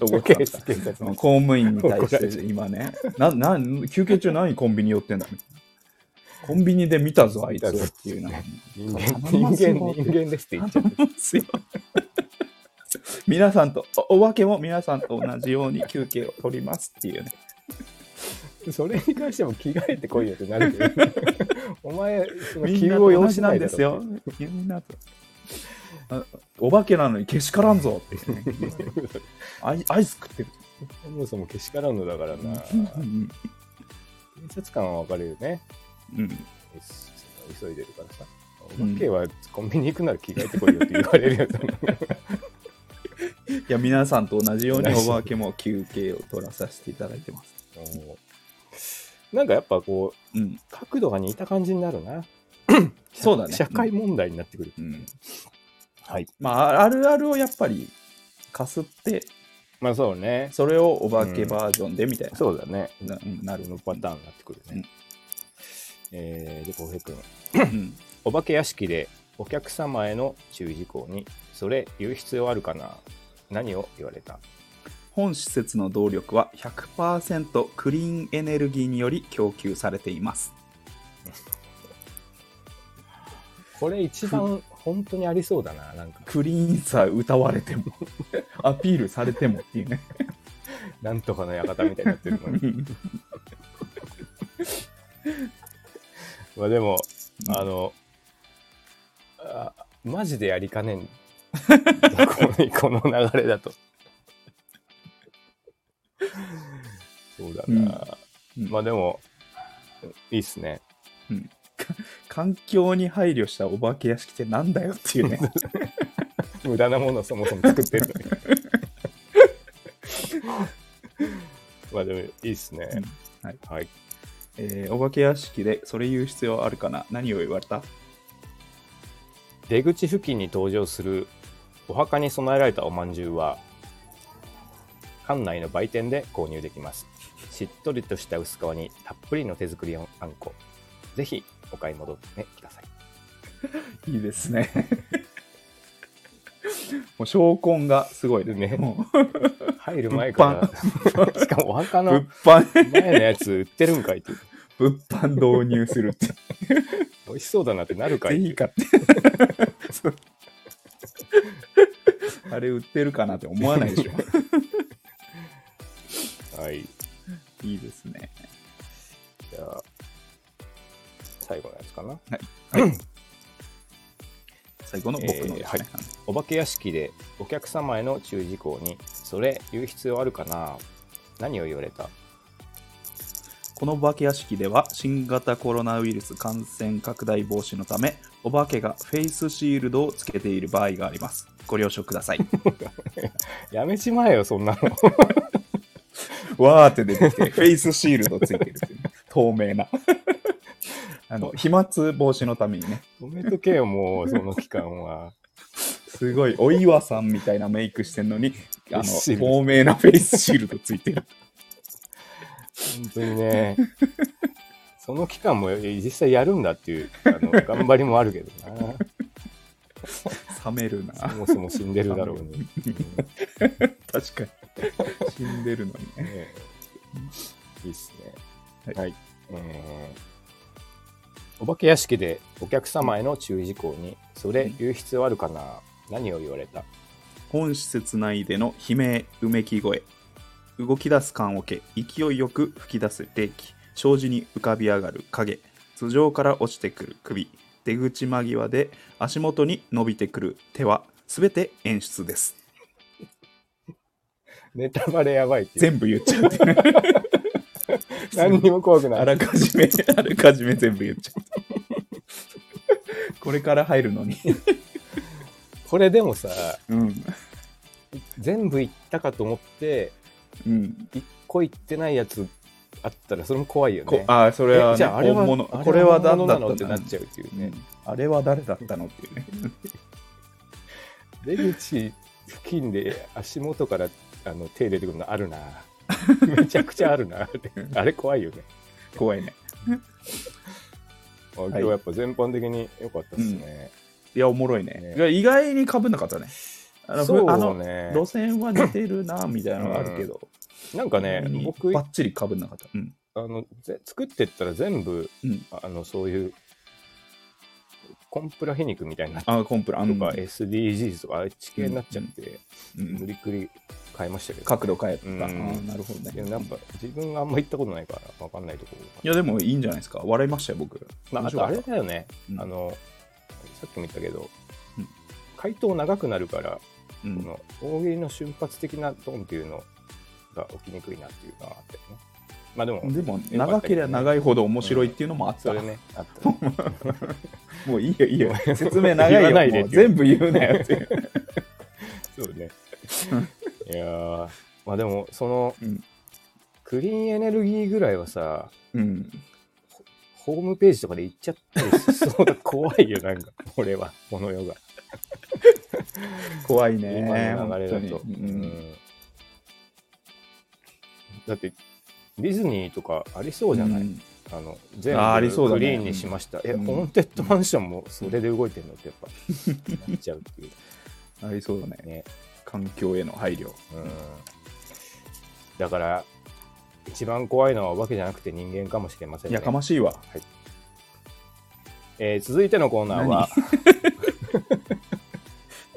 S1: 消
S2: 警察警察
S1: 公
S2: の
S1: 務員に対
S2: 怒られ
S1: し
S2: ち
S1: て今
S2: [LAUGHS]
S1: ねなな休憩中何コンビニ寄ってんだコンビニで見たぞあいつをって
S2: [LAUGHS]
S1: いうな
S2: 人
S1: 頼
S2: 間、
S1: み
S2: 人
S1: ますよ
S2: 間、人間ですって言っちゃう。
S1: 皆さんとおお化けも皆さんと同じように休憩を取りますっていうね
S2: それに関しても着替えてこいよってなるけど、
S1: [LAUGHS]
S2: お前、その
S1: みん
S2: 気
S1: な
S2: を
S1: と
S2: 要
S1: 同
S2: し
S1: じ
S2: な
S1: ないん
S2: だ
S1: で
S2: ろ
S1: すよみんなとあお化けなのにけしからんぞっていうねアイアイス食ってる
S2: そもそもけしからんのだからな。
S1: う
S2: 警
S1: ん
S2: 察官はわかるよね。
S1: うん
S2: 急いでるからさ。お化けはコンビニ行くなら着替えてこいよって言われるよ。 [LAUGHS]
S1: いや皆さんと同じようにお化けも休憩を取らさせていただいてます
S2: もうなんかやっぱこう、
S1: うん
S2: 角度が似た感じになるな。
S1: そうだね。
S2: 社会問題になってくる。
S1: うん。
S2: はい。
S1: まあ、あるあるをやっぱりかすって、
S2: まあそうね。
S1: それをお化けバージョンでみたいな。
S2: そうだね。
S1: なうんなる
S2: のパターンになってくる
S1: うん
S2: ね。えー、で、浩平君。
S1: うん
S2: お化け屋敷でお客様への注意事項にそれ言う必要あるかな何を言われた
S1: 本施設の動力は100%クリーンエネルギーにより供給されています。
S2: これ一番本当にありそうだななんか
S1: クリーンさ歌われても、 [LAUGHS] アピールされてもっていうね。
S2: なんとかの館みたいになってる
S1: [LAUGHS]
S2: のにまあでもあのあマジでやりかねんこのこの流れ
S1: [LAUGHS]
S2: だとそうだな、
S1: うん
S2: まあでもいいっすね
S1: 環境に配慮したお化け屋敷ってなんだよっていうね。
S2: 無駄なものをそもそも作ってるのに
S1: [LAUGHS]
S2: まあでもいいっすね、
S1: うんはい
S2: はい
S1: えーお化け屋敷でそれ言う必要あるかな何を言われた
S2: 出口付近に登場するお墓に備えられたおまんじゅうは館内の売店で購入できますしっとりとした薄皮にたっぷりの手作りあんこぜひお買い戻ってください
S1: いいですね。 [LAUGHS] もう証拠がすごいです
S2: ね
S1: ね。も
S2: 入る前からしかもお墓
S1: う物
S2: の
S1: 販、 [LAUGHS]
S2: 前のやつ売ってるんかいって
S1: 物販導入するって。ぜ
S2: 美味しそうだなってなるかいって
S1: ひ買って。そう [LAUGHS] あれ売ってるかなって思わないでしょ。
S2: [LAUGHS] はい
S1: いいですね。
S2: じゃあ、最後のやつかな。
S1: 最後の僕のですね、
S2: えーはいお化け屋敷でお客様への注意事項に、それ言う必要あるかな何を言われた
S1: このお化け屋敷では新型コロナウイルス感染拡大防止のため、お化けがフェイスシールドをつけている場合があります。ご了承ください。
S2: やめちまえよ、そ
S1: [LAUGHS]
S2: んなの。
S1: わーって出てきて、フェイスシールドついてるっていうね、透明な。あの、飛沫防止のためにね、
S2: 止めとけよ、もう、その期間は。
S1: すごいお岩さんみたいなメイクしてんのに、あの、
S2: フェイスシールド
S1: 透明なフェイスシールドついてる。
S2: 本当に
S1: [LAUGHS]
S2: ね。その期間も実際やるんだっていう、あの、頑張りもあるけど
S1: 冷める
S2: な。
S1: な。 [LAUGHS]
S2: そもそも死んでるだろうに。
S1: 確かに。死んでるのに。
S2: ええ [LAUGHS] いいっす
S1: は
S2: ね。
S1: い
S2: はい。えーお化け屋敷でお客様への注意事項に、それ言う必要あるかな何を言われた
S1: 本施設内での悲鳴、うめき声、動き出す棺桶、勢いよく吹き出す冷気、障子に浮かび上がる影、頭上から落ちてくる首、出口間際で足元に伸びてくる手は、すべて演出です。
S2: ネタバレやばいっていう。
S1: 全部言っちゃうっていう。
S2: 何にも怖くない。
S1: あらかじめ、 [LAUGHS] あらかじめ全部言っちゃう。これから入るのに。
S2: これでもさ、
S1: うん。
S2: 全部言ったかと思って、
S1: うん。
S2: 一個言ってないやつあったら、それも怖いよ
S1: こ
S2: ね。
S1: ああ、それは、ね、
S2: えじゃあ、あれは
S1: 本物。
S2: あ
S1: これは
S2: 本
S1: 何だ
S2: 物な
S1: ったの
S2: のってなっちゃうっていうね。
S1: あれは誰だったのっていうね。
S2: 出口付近で足元からあの手出てくるのあるな
S1: [LAUGHS]
S2: めちゃくちゃあるなってあれ怖いよね
S1: 怖いね。
S2: あ今日やっぱ全般的に良かったですね、
S1: いや、おもろいね
S2: ね。
S1: いや意外にかぶんなかったね。あの、
S2: そう
S1: ふあの
S2: ね
S1: 路線は似てるな、みたいなのがあるけど、
S2: なんかね
S1: うん
S2: 僕
S1: ば
S2: あ
S1: っちりかぶんなかった。うん。
S2: のぜ作ってったら全部
S1: うん、
S2: あのそういうコンプラ皮肉みたいになって
S1: あ、コンプラ、あ
S2: と
S1: ん
S2: か
S1: ばい。
S2: SDGs とかあっち系になっちゃって、
S1: う
S2: 無
S1: ん
S2: 理くり変えましたけど
S1: 角度変えた。
S2: うん
S1: あーなるほど
S2: いや
S1: ね。
S2: なんか自分があんま行ったことないから分かんないところ
S1: いや、でもいいんじゃないですか。笑いましたよ、僕。
S2: まあ、
S1: 面
S2: あ
S1: 白
S2: とあ
S1: か
S2: れ
S1: っ
S2: だよね、
S1: うん
S2: あのさっきも言ったけど、
S1: うん
S2: 回答長くなるから、
S1: たうん
S2: この大喜利の瞬発的なドンっていうのが起きにくいなっていうのはあったよね。まあでも、
S1: でも長ければ長いほど面白いっていうのもあった、
S2: それね、あったね、
S1: もういいよいいよ説明長いよ
S2: 言わないで
S1: もう全部言うなよっていう、
S2: そ
S1: [LAUGHS]
S2: うね。いやー、まあでも、その、
S1: うん
S2: クリーンエネルギーぐらいはさ、
S1: うん、
S2: ホームページとかで行っちゃったりしそうだ、 [LAUGHS] 怖いよ、なんか、俺は、この世が。
S1: 怖い
S2: 今
S1: ね
S2: の流れだと
S1: 本。当に
S2: う
S1: うん
S2: んだって、ディズニーとかありそうじゃない、
S1: うん
S2: あの全
S1: あーありそう
S2: 部
S1: だ
S2: ク
S1: ね
S2: リーンにしました。え、
S1: うん
S2: ホーンテッドマンションもそれで動いてるのってやっぱ、
S1: [LAUGHS]
S2: なっちゃうっていう
S1: ありそうだね
S2: ね。
S1: 環境への配慮
S2: うん、だから、一番怖いのはお化けじゃなくて人間かもしれませんね。
S1: やかましいわ
S2: えー続いてのコーナーは、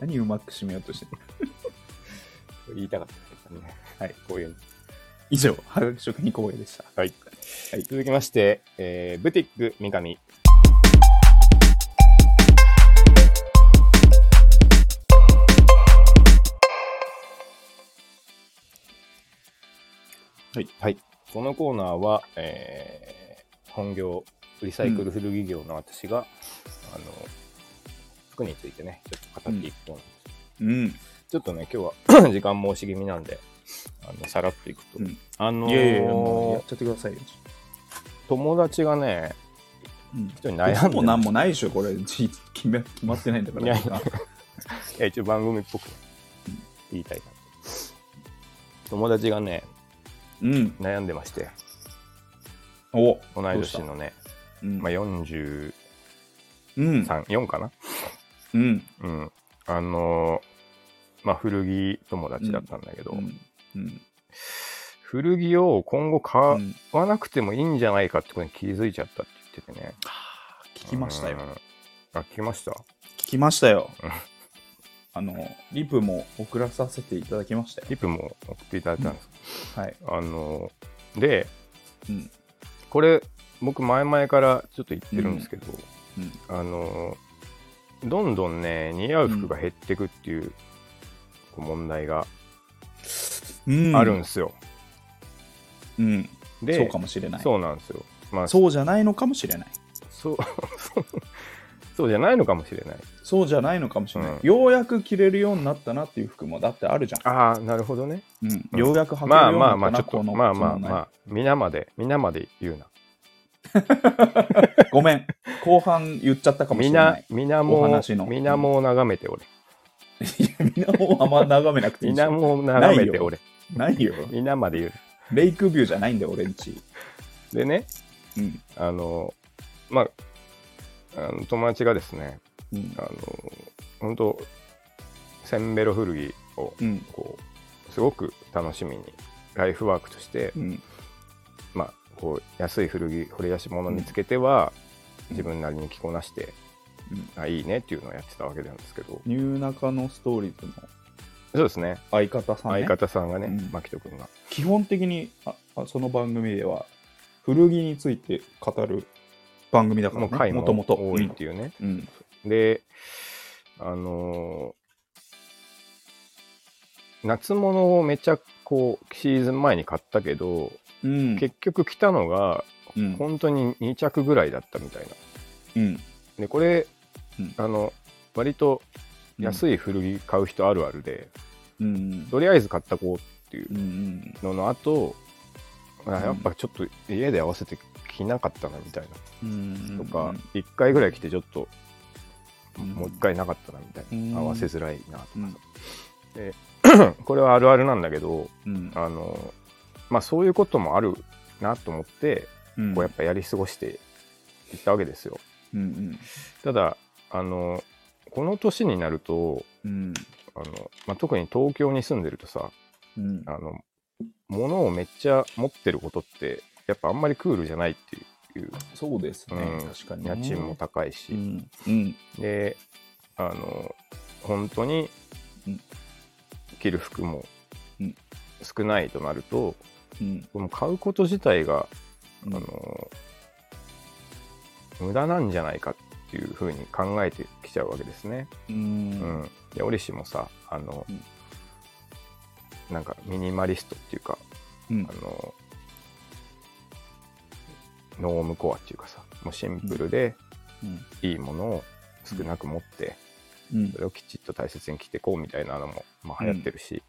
S1: 何うまく締めようとしてんの
S2: 言いたかったね。
S1: [LAUGHS] はい
S2: こういうの
S1: 以上はがき職人公演でした
S2: はい。はい、続きまして、えーブティック三上。
S1: はい、
S2: はい、このコーナーは、えー本業リサイクル古着業の私が、あの服についてねちょっと語っていくと、
S1: うん
S2: ちょっとね今日
S1: [COUGHS]
S2: は時間申し気味なんであのさらっといくと、
S1: うん
S2: あのー
S1: いやいやいやもうやっちゃってくださいよ、
S2: 友達がね
S1: うん、
S2: 人に悩んで
S1: もなんもないでしょこれじ決め決まってないんだか
S2: いや
S1: ら
S2: いやえ一応番組っぽく言いたいなと友達がね
S1: うん
S2: 悩んでまして
S1: お
S2: 同い年のね、
S1: うん
S2: まあ、434
S1: うん
S2: かな、
S1: うん
S2: うん、あのーまあ古着友達だったんだけど、
S1: うんうん
S2: 古着を今後買
S1: う
S2: わ
S1: ん
S2: 買わなくてもいいんじゃないかってことに気づいちゃったって言っててね
S1: 聞きましたよ
S2: うんあ聞きました
S1: 聞きました [LAUGHS] よ
S2: うん。
S1: あの、リプも送らさせていただきましたよ。
S2: リプも送っていただいたんです、
S1: はい。
S2: あのーで
S1: うん。
S2: これ僕前々からちょっと言ってるんですけど、
S1: うん
S2: あのーどんどんね似合う服が減ってくっていうこう問題が
S1: うん
S2: あるんですよ、
S1: うん。
S2: で
S1: そうかもしれない。
S2: そうなんですよまあ
S1: そうじゃないのかもしれない。
S2: そうそうじゃないのかもしれない
S1: そうじゃないのかもしれない。
S2: うん
S1: ようやく着れるようになったなっていう服もだってあるじゃ
S2: ああなるほどね
S1: ん。うん。
S2: うん
S1: ようやく履ける
S2: ま
S1: よう
S2: あ
S1: に
S2: ま
S1: な
S2: あ
S1: っ
S2: ま
S1: たな、
S2: あ、ちょっと、
S1: この。
S2: まあまあ
S1: その
S2: まあ、皆まで、皆まで言うな。
S1: ごめん。後半言っちゃったかもしれな
S2: 皆
S1: い、。
S2: 皆
S1: お
S2: も
S1: 話の、
S2: 皆も眺めて俺。
S1: いや、みんなもうあんま眺めなくていいし
S2: 皆も眺めて俺。
S1: ないよ。
S2: 皆まで言う。
S1: レイクビューじゃないんだよ、俺んち。
S2: でね、
S1: うん。
S2: あの、まあ、あの友達がですね、
S1: うん
S2: あの、本当センベロ古着を
S1: うん。
S2: こう、すごく楽しみにライフワークとして、
S1: うん
S2: まあ、こう安い古着掘り出し物見つけては、自分なりに着こなして、
S1: うん
S2: あいいねっていうのをやってたわけなんですけど
S1: ニューナカのストーリーズの
S2: そうですね
S1: 相方さん、ね、
S2: 相方さんがね、
S1: うん
S2: 牧人君が
S1: 基本的にああその番組では古着について語る番組だか
S2: もう
S1: ら
S2: 回
S1: ね
S2: も
S1: もともと
S2: 多いっていうね、
S1: うんうん
S2: で、あのー夏物をめちゃこうシーズン前に買ったけど、
S1: うん
S2: 結局着たのが
S1: うん
S2: 本当に2着ぐらいだったみたいな。
S1: うん
S2: でこれ、
S1: うん
S2: あの割と安い古着買う人あるあるで、
S1: うん
S2: とりあえず買ったこうっていう
S1: うんうん
S2: のの後、
S1: う
S2: あ
S1: ん
S2: やっぱちょっと家で合わせて着なかったなみたい
S1: うん
S2: なとか、1回ぐらい着てちょっと
S1: うん
S2: もう1回なかったなみたいな、
S1: うん
S2: 合わせづらいなとかさ、
S1: うん
S2: これはあるあるなんだけど
S1: うん
S2: あの、まあ、そういうこともあるなと思って
S1: うん
S2: こうやっぱやり過ごしていったわけですよ。
S1: うん
S2: ただあのこの年になると
S1: うん
S2: あの、まあ、特に東京に住んでるとさ
S1: うん
S2: あの物をめっちゃ持ってることってやっぱあんまりクールじゃないっていう
S1: そうですね、
S2: うん
S1: 確かに、
S2: 家
S1: ね、
S2: 賃も高いうし、
S1: んうん
S2: であの本当に
S1: うん
S2: 着る服も
S1: うん
S2: 少ないとなると、
S1: うん
S2: この買うこと自体が、
S1: うん
S2: あの無駄なんじゃないかっていうふうに考えてきちゃうわけですね。
S1: う
S2: うんん、で折しもさあの、
S1: うん
S2: なんかミニマリストっていうか
S1: うん
S2: あのノームコアっていうかさもうシンプルで
S1: うん
S2: いいものを少なく持って、
S1: うん
S2: それをきちっと大切に着てこうみたいなのも、まあ、流行ってるし、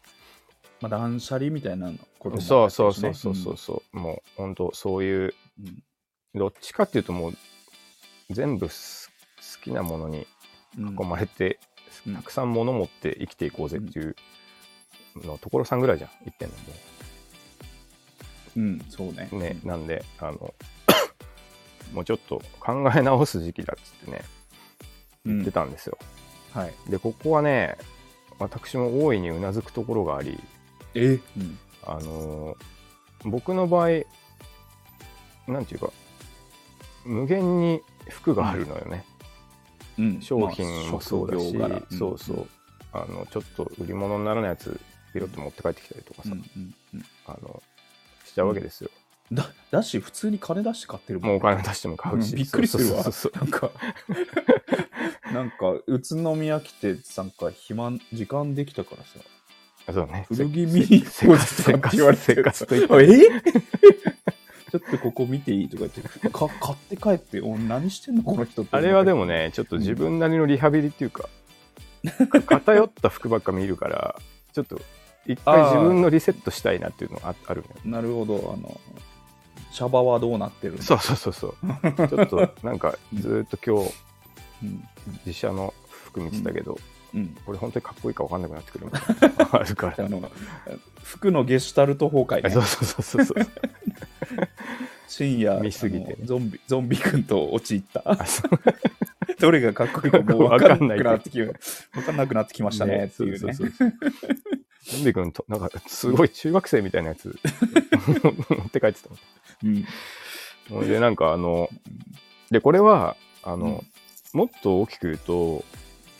S1: まあ断捨離みたいなことも
S2: そうそ
S1: あ
S2: う
S1: ったしね
S2: そうそうそうそう、もう本当そういう
S1: うん
S2: どっちかっていうともう全部す好きなものに
S1: うん
S2: 囲まれて、
S1: うん
S2: たくさん物持って生きていこうぜっていうの所さんぐらいじゃん言ってんの
S1: うんそうね
S2: もうね、なんであの [COUGHS] もうちょっと考え直す時期だっつってね
S1: うん
S2: 言ってたんですよ、
S1: はい
S2: でここはね私も大いにうなずくところがあり
S1: えうん
S2: あの僕の場合なんていうか無限に服があるのよね、
S1: うん
S2: 商品もそうだし、
S1: まあ職業柄ん
S2: そうそうあのちょっと売り物にならないやつ拾って持って帰ってきたりとか
S1: う
S2: さ、
S1: んうんうん
S2: あのしちゃうわけですよ、
S1: だだし普通に金出して買ってるもん
S2: もうお金出しても買うし、
S1: うんびっくりするわ
S2: そうそうそ
S1: な
S2: う
S1: ん
S2: [LAUGHS]
S1: かなんか宇都宮来てなんか暇時間できたからさ
S2: そうそうね
S1: 古着見に
S2: せ
S1: 行こう
S2: せ
S1: とかって
S2: せ
S1: 言われて
S2: せかすといっぱい
S1: え [LAUGHS] ちょっとここ見ていいとか言ってか買って帰ってお何してんのこの人って
S2: あれはでもねちょっと自分なりのリハビリっていうか、偏った服ばっか見るからちょっと一回自分のリセットしたいなっていうのがああるね
S1: なるほどあのシャバはどうなってるの
S2: そうそうそうそうちょっとなんかずーっと今日
S1: うん
S2: 自社の服見てたけど、
S1: うん
S2: これ本当にかっこいいか分かんなくなってくるみたいなあるから
S1: [LAUGHS] あの服のゲシュタルト崩壊、ね、
S2: そうそうそ
S1: [LAUGHS]
S2: うそうそう
S1: 深夜
S2: 見すぎてね
S1: あのゾンビゾンビ君と陥った
S2: あそ
S1: [LAUGHS] どれがかっこいいかもう分かんなくなってき分かんなくなってきましたねっていうね
S2: そうそうそうゾンビ君となんかすごい中学生みたい
S1: [LAUGHS]
S2: なやつ持って帰ってた
S1: うん
S2: もんでなんかあのでこれはあの、もっと大きく言うと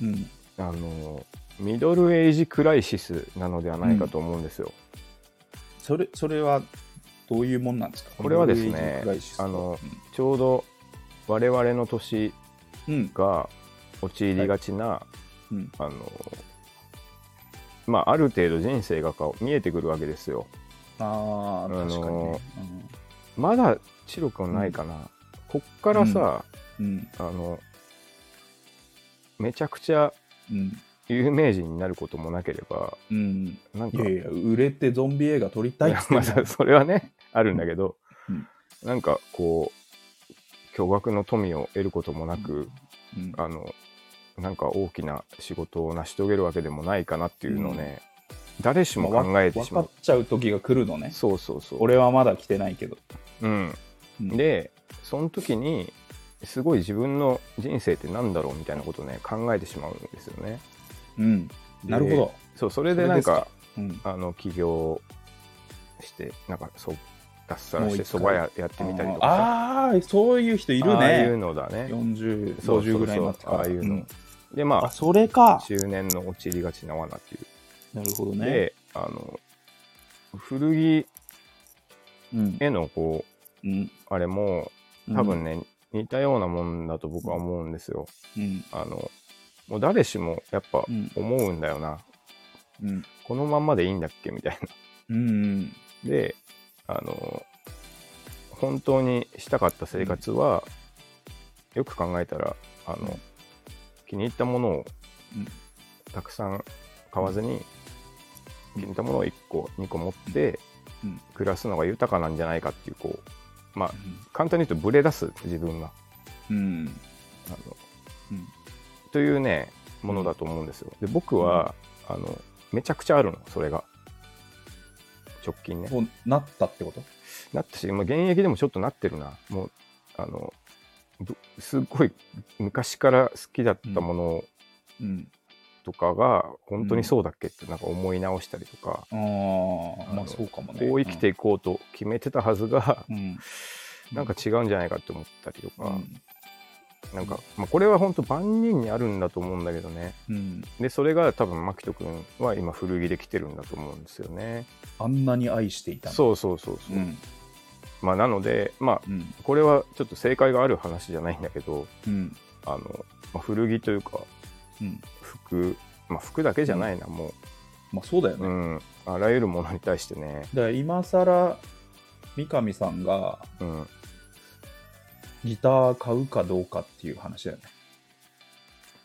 S1: うん
S2: あのミドルエイジクライシスなのではないかと思うんですよ、
S1: それそれはどういうもんなんですか
S2: これはですね
S1: ミドルエイジクライシス
S2: あのちょうど我々の年
S1: うん
S2: が陥りがちな、
S1: うん
S2: あのまあある程度人生がこう見えてくるわけですよ
S1: ああ確かにね
S2: まだ白くないかな、こっからさ、
S1: うん
S2: あのめちゃくちゃ
S1: うん
S2: 有名人になることもなければ
S1: うん
S2: なん
S1: い
S2: か
S1: やいや売れてゾンビ映画撮り
S2: [LAUGHS]
S1: たいっつって
S2: ま
S1: ん
S2: あ
S1: じゃん
S2: そそれはねあるんだけど、
S1: うん
S2: なんかこう巨額の富を得ることもなく、
S1: うん
S2: あのなんか大きな仕事を成し遂げるわけでもないかなっていうのをね、誰しも考えて
S1: 分
S2: し
S1: か
S2: ま
S1: っ
S2: う、
S1: ちゃう時が来るのね
S2: そうそうそう
S1: 俺はまだ来てないけど
S2: うん、
S1: うん
S2: でその時にすごい自分の人生ってなんだろうみたいなことをね考えてしまうんですよね
S1: うんなるほど
S2: そうそれでなんか
S1: うん。
S2: あの起業してなんかそう脱サラ
S1: も
S2: し
S1: う
S2: て
S1: 一回
S2: そば屋やってみたりとかさ
S1: あーあー、そういう人いる
S2: ああいう
S1: ね。
S2: のだね
S1: 40、
S2: そうそうそう
S1: 50ぐらいになってから。
S2: ああいうの
S1: ん
S2: でま
S1: あ、それ
S2: あ
S1: か。
S2: 中年の陥りがちな罠っていう
S1: なるほどね。
S2: であの古着
S1: うん。
S2: へのこ
S1: うん。
S2: うあれも
S1: うん
S2: 多分。ね、似たようなもんだと僕は思うんですよ
S1: うん。
S2: あのもう誰しもやっぱ
S1: うん。
S2: 思うんだよな、
S1: うん。
S2: このまんまでいいんだっけみたいな
S1: うん。
S2: であの本当にしたかった生活は、よく考えたらあの、
S1: うん
S2: 気に入ったものを
S1: うん
S2: たくさん買わずに、気に入ったものを1個2個持って、
S1: うん
S2: 暮らすのが豊かなんじゃないかっていうこうまあ簡単に言うとブレ出す自分が
S1: うん。
S2: あの、
S1: うん
S2: というねものだと思うんですよで僕は、あのめちゃくちゃあるのそれが直近ね
S1: そうなったってこと
S2: なったし、まあ、現役でもちょっとなってるなもうあのぶすっごい昔から好きだったもの
S1: うん。
S2: とかが、本当にそうだっけってなんか思い直したりとか、
S1: ああ、
S2: あ
S1: ま
S2: の
S1: あそうかもね。
S2: こう生きていこうと決めてたはずが、
S1: うん。
S2: なんか違うんじゃないかって思ったりと
S1: う
S2: か、
S1: ん。
S2: なんか、まあ、これは本当万人にあるんだと思うんだけどね
S1: うん。
S2: でそれが多分牧人君は今古着で来てるんだと思うんですよね
S1: あんなに愛していたの
S2: そうそうそうそう、
S1: うん。
S2: まあなのでまあ
S1: うん。
S2: これはちょっと正解がある話じゃないんだけど、
S1: うん。
S2: あの、まあ、古着というか
S1: うん。
S2: 服、まあ、服だけじゃないな、も
S1: まあそうだよ
S2: う、
S1: ね。
S2: うん、あらゆるものに対してね、
S1: だから今更、三上さんが
S2: うん、
S1: ギター買うかどうかっていう話だよね。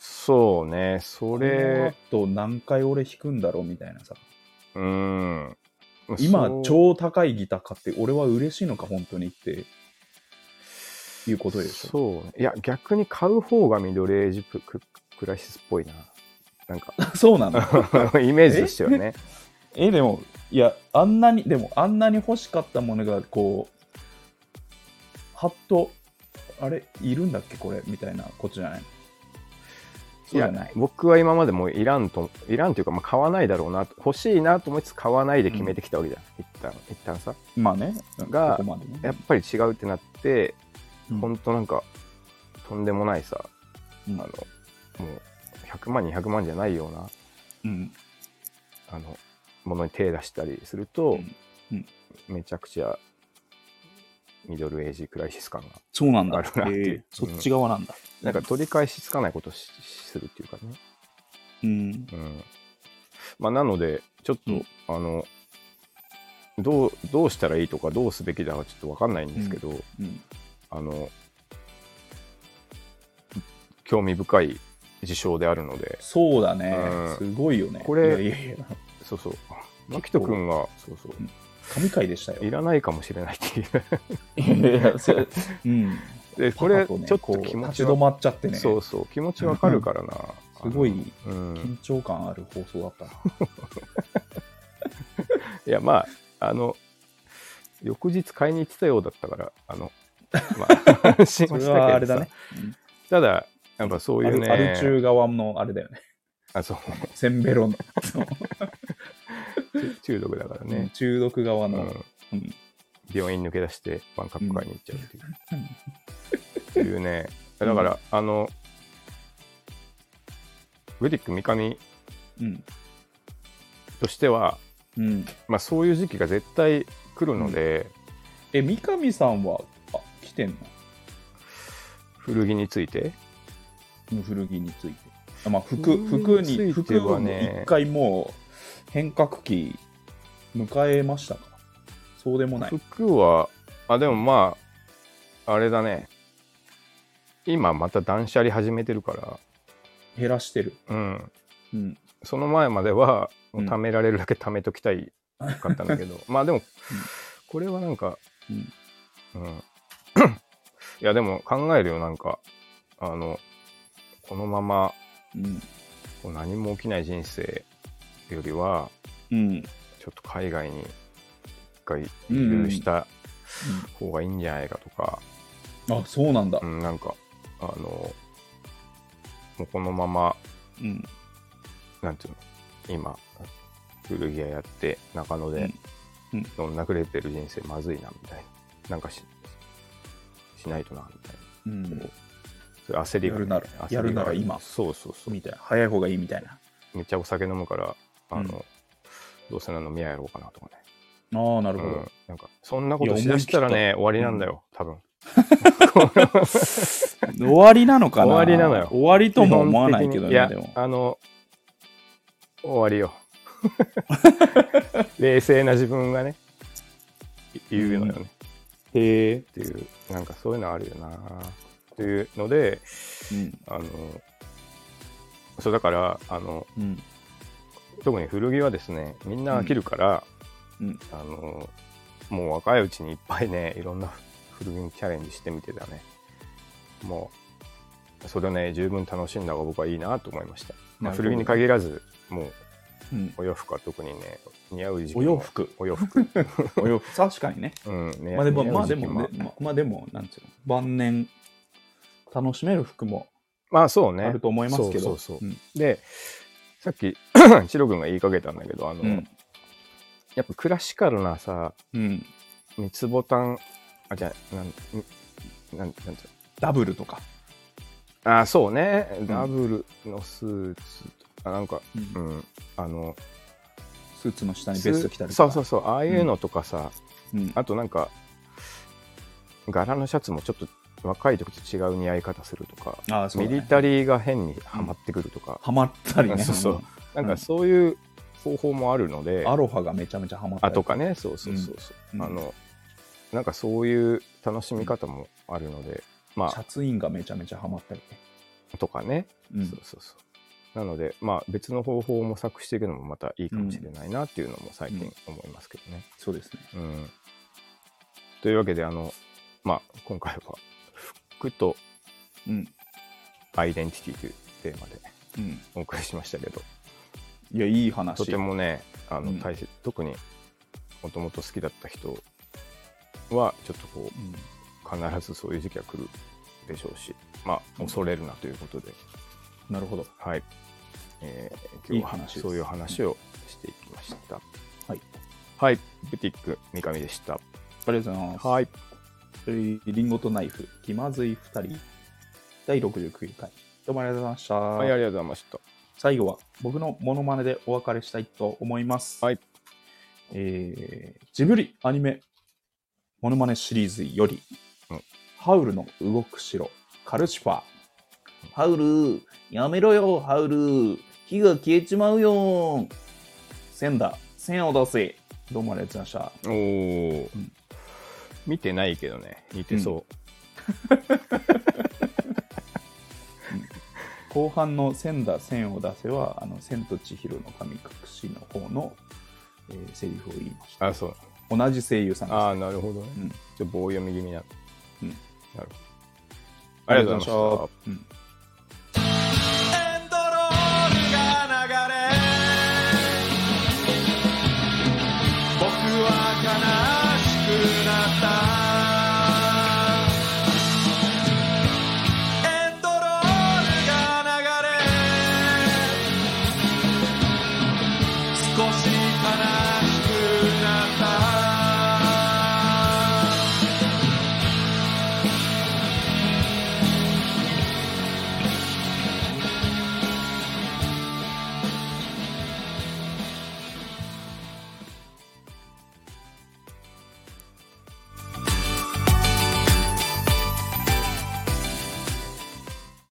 S2: そうねそ
S1: こ
S2: れ、
S1: の後何回俺弾くんだろうみたいなさ。
S2: うん
S1: 今
S2: そう
S1: 超高いギター買って俺は嬉しいのか本当にっていうことでしょ。
S2: そうねいや逆に買う方がミドルエイジプククライシスっぽいなな
S1: [LAUGHS]
S2: んか
S1: そうなの。
S2: イメージでしたよね
S1: え、でも、いや、あんなに、でもあんなに欲しかったものがこう、はっと、あれ、いるんだっけこれみたいなことじゃないのそうじゃない
S2: や。僕は今までもういらんといらんというか、まあ、買わないだろうなと欲しいなと思いつつ買わないで決めてきたわけじゃん、一旦一旦さ
S1: まあね、
S2: が
S1: ここまでね。
S2: やっぱり違うってなって
S1: うん
S2: ほんとなんかとんでもないさ、
S1: うん
S2: あのもう100万200万じゃないような
S1: うん。
S2: あのものに手出したりすると、
S1: うん
S2: めちゃくちゃミドルエイジクライシス感が
S1: そうなん
S2: あ
S1: だ
S2: る。なっていう
S1: へえそっち側なんだ。
S2: なんか取り返しつかないことをしするっていうかね、
S1: うん。
S2: うんまあ、なのでちょっと、
S1: うん
S2: あのどうどうしたらいいとかどうすべきだかちょっと分かんないんですけど、
S1: うん。
S2: あの興味深い事象であるので
S1: そうだね
S2: うん。
S1: すごいよね。
S2: これ
S1: いやいやいや、
S2: そうそう牧人君がそうそう
S1: 神回でしたよ。
S2: いらないかもしれないっていう
S1: いやいや、
S2: [LAUGHS]
S1: それうん。
S2: でこ
S1: パ
S2: れち
S1: パね
S2: ょっ
S1: ことう
S2: 気持
S1: 立
S2: ち
S1: ち
S2: は
S1: 止まっちゃってね。
S2: そうそう気持ちわかるからな
S1: すごい
S2: あのうん
S1: 緊張感ある放送だ
S2: [LAUGHS]
S1: ったな。
S2: いやまああの翌日買いに行ってたようだったからあのま
S1: [LAUGHS]
S2: あ安心
S1: そ
S2: は
S1: れ
S2: し
S1: は
S2: た
S1: あ
S2: け
S1: れ
S2: ど
S1: だ
S2: さ
S1: ね。
S2: ただやっぱそう
S1: ア
S2: いう
S1: ルアル
S2: ね
S1: 中側のあれだよ
S2: [LAUGHS]
S1: ね。
S2: あそう
S1: センベロの。
S2: 中毒だから
S1: ね
S2: ね、
S1: 中毒側
S2: う
S1: の。
S2: ん
S1: うん
S2: 病院抜け出してワンカップ買いに行っちゃうっていう、っていうねだから、あのグディック三上
S1: うん。
S2: としては、
S1: うん。
S2: まあ、そういう時期が絶対来るので、
S1: え、三上さんは、あ、来てん
S2: 古着について
S1: の古着について。あまあ、服、
S2: 古
S1: 服
S2: 着について
S1: に、
S2: は
S1: 服をね
S2: ね
S1: 一回もう変革期迎えましたかそうでもない。
S2: 服はあでもまああれだね今また断捨離始めてるか
S1: 減らしてる。
S2: らうん
S1: うん。
S2: その前まではもう
S1: うん
S2: 貯められるだけ貯めときたいかったんだけど、 [LAUGHS] まあでもこれはなんか
S1: うん。
S2: うんいやでも考えるよなんかあのこのまま
S1: うん。
S2: こう何も起きない人生よりは
S1: うん。
S2: ちょっと海外に一回移
S1: うん
S2: 住した方がいいんじゃないかとか、
S1: あ、そうなんだ
S2: う。ん、なんかあのもうこのまま
S1: うん。
S2: なんていうの今古着屋やって中野で
S1: うんうん
S2: どんなくれてる人生まずいなみたいななんかししないとなみたいな
S1: うん、
S2: そういう焦りが
S1: やるなら
S2: 焦りが
S1: やるなら今
S2: そうそうそう
S1: みたいな早い方がいいみたいな
S2: めっちゃお酒飲むからあの、
S1: うん
S2: どうせなの宮やろうかなとかね
S1: ああなる
S2: う
S1: ほど、
S2: ん、なんかそんなことしだしたら
S1: い
S2: ね終わりなんだよ、多分
S1: 終わりなのかな
S2: 終わりなのよ
S1: 終わりとも思わないけど
S2: い
S1: ね
S2: や
S1: でも
S2: あの終わり
S1: [LAUGHS]
S2: よ冷静な自分がねい言うのよね、
S1: へえ
S2: っていうなんかそういうのあるよなっていうので
S1: うん
S2: あのそうだからあの
S1: うん
S2: 特に古着はですねみんな飽きるから、
S1: うん
S2: あのもう若いうちにいっぱいねいろんな古着にチャレンジしてみてたねもうそれをね十分楽しんだ方が僕はいいなと思いました、まあ、
S1: なるほど
S2: 古着に限らずもう
S1: うん
S2: お洋服は特にね似合う時期
S1: お洋服
S2: お
S1: [LAUGHS]
S2: 洋服
S1: お洋服確かにね
S2: うんね
S1: まあでも
S2: 似合う
S1: まあで
S2: 時期
S1: もねまあまあでもなんていうの晩年楽しめる服も
S2: まあそうね
S1: あると思いますけ
S2: そ
S1: ど
S2: うそうそう
S1: うん
S2: でさっき [COUGHS] チロ君が言いかけたんだけどあの、
S1: うん
S2: やっぱクラシカルなさ
S1: うん
S2: 三つボタンあじゃあなんなんなんていうの
S1: ダブルとか
S2: あそうね、
S1: ん
S2: ダブルのスーツあなんか
S1: うん
S2: うんあの
S1: スーツの下にベスト着たりと
S2: そ
S1: か
S2: うそうそうああいうのとかさ、
S1: うん
S2: あとなんか柄のシャツもちょっと若い時と違う似合い方するとか、
S1: ああそう
S2: ミ
S1: だね
S2: リタリーが変にはまってくるとか、
S1: ハマったりね
S2: そうそうなんかそういう方法もあるので、
S1: アロハがめちゃめちゃハマった
S2: あ
S1: り
S2: とかねそうそうそうそ
S1: う
S2: う、
S1: ん
S2: あのなんかそういう楽しみ方もあるので、ま
S1: シャツインがめちゃめちゃハマったりね
S2: あとかね
S1: うん
S2: そうそうそう。なので、まあ、別の方法を模索していくのもまたいいかもしれないなっていうのも最近思いますけどね。
S1: そうですね
S2: うんというわけで、あの、まあ、今回は、服と
S1: うん
S2: アイデンティティというテーマで
S1: うん
S2: お送りしましたけど、
S1: いやいい話
S2: とてもね、あ
S1: う
S2: の
S1: ん
S2: 大切、特にもともと好きだった人は、ちょっとこ
S1: うん
S2: う、必ずそういう時期は来るでしょうし、まあ、
S1: うん
S2: 恐れるなということで、
S1: なるほど
S2: はい。えー
S1: い
S2: 今
S1: い
S2: 日は
S1: 話です
S2: そういう話をしていきました。
S1: はい
S2: はい、ブティック三上でした。
S1: ありがとうございます
S2: はい、
S1: というリンゴとナイフ気まずい二人第69回どうもありがとうございました、
S2: はい、ありがとうございました。
S1: 最後は僕のモノマネでお別れしたいと思います
S2: はい
S1: えージブリアニメモノマネシリーズより、
S2: うん
S1: ハウルの動く城カルシファーハウルやめろよハウル火が消えちまうよセンダ線を出せどうもありがとうございました
S2: おお、
S1: うん
S2: 見てないけどね、似てそ
S1: 後半の「千だ千を出せは」あの千と千尋の神隠し」の方の、えーセリフを言いまし
S2: う。
S1: た
S2: あ、そう。
S1: 同じ声優さんです
S2: あー、なるほどね。
S1: うん
S2: ちょっと棒読み気味な。
S1: うん
S2: なるほど。ありがとうございました。
S1: た、うん
S3: エンドロールが流れ僕は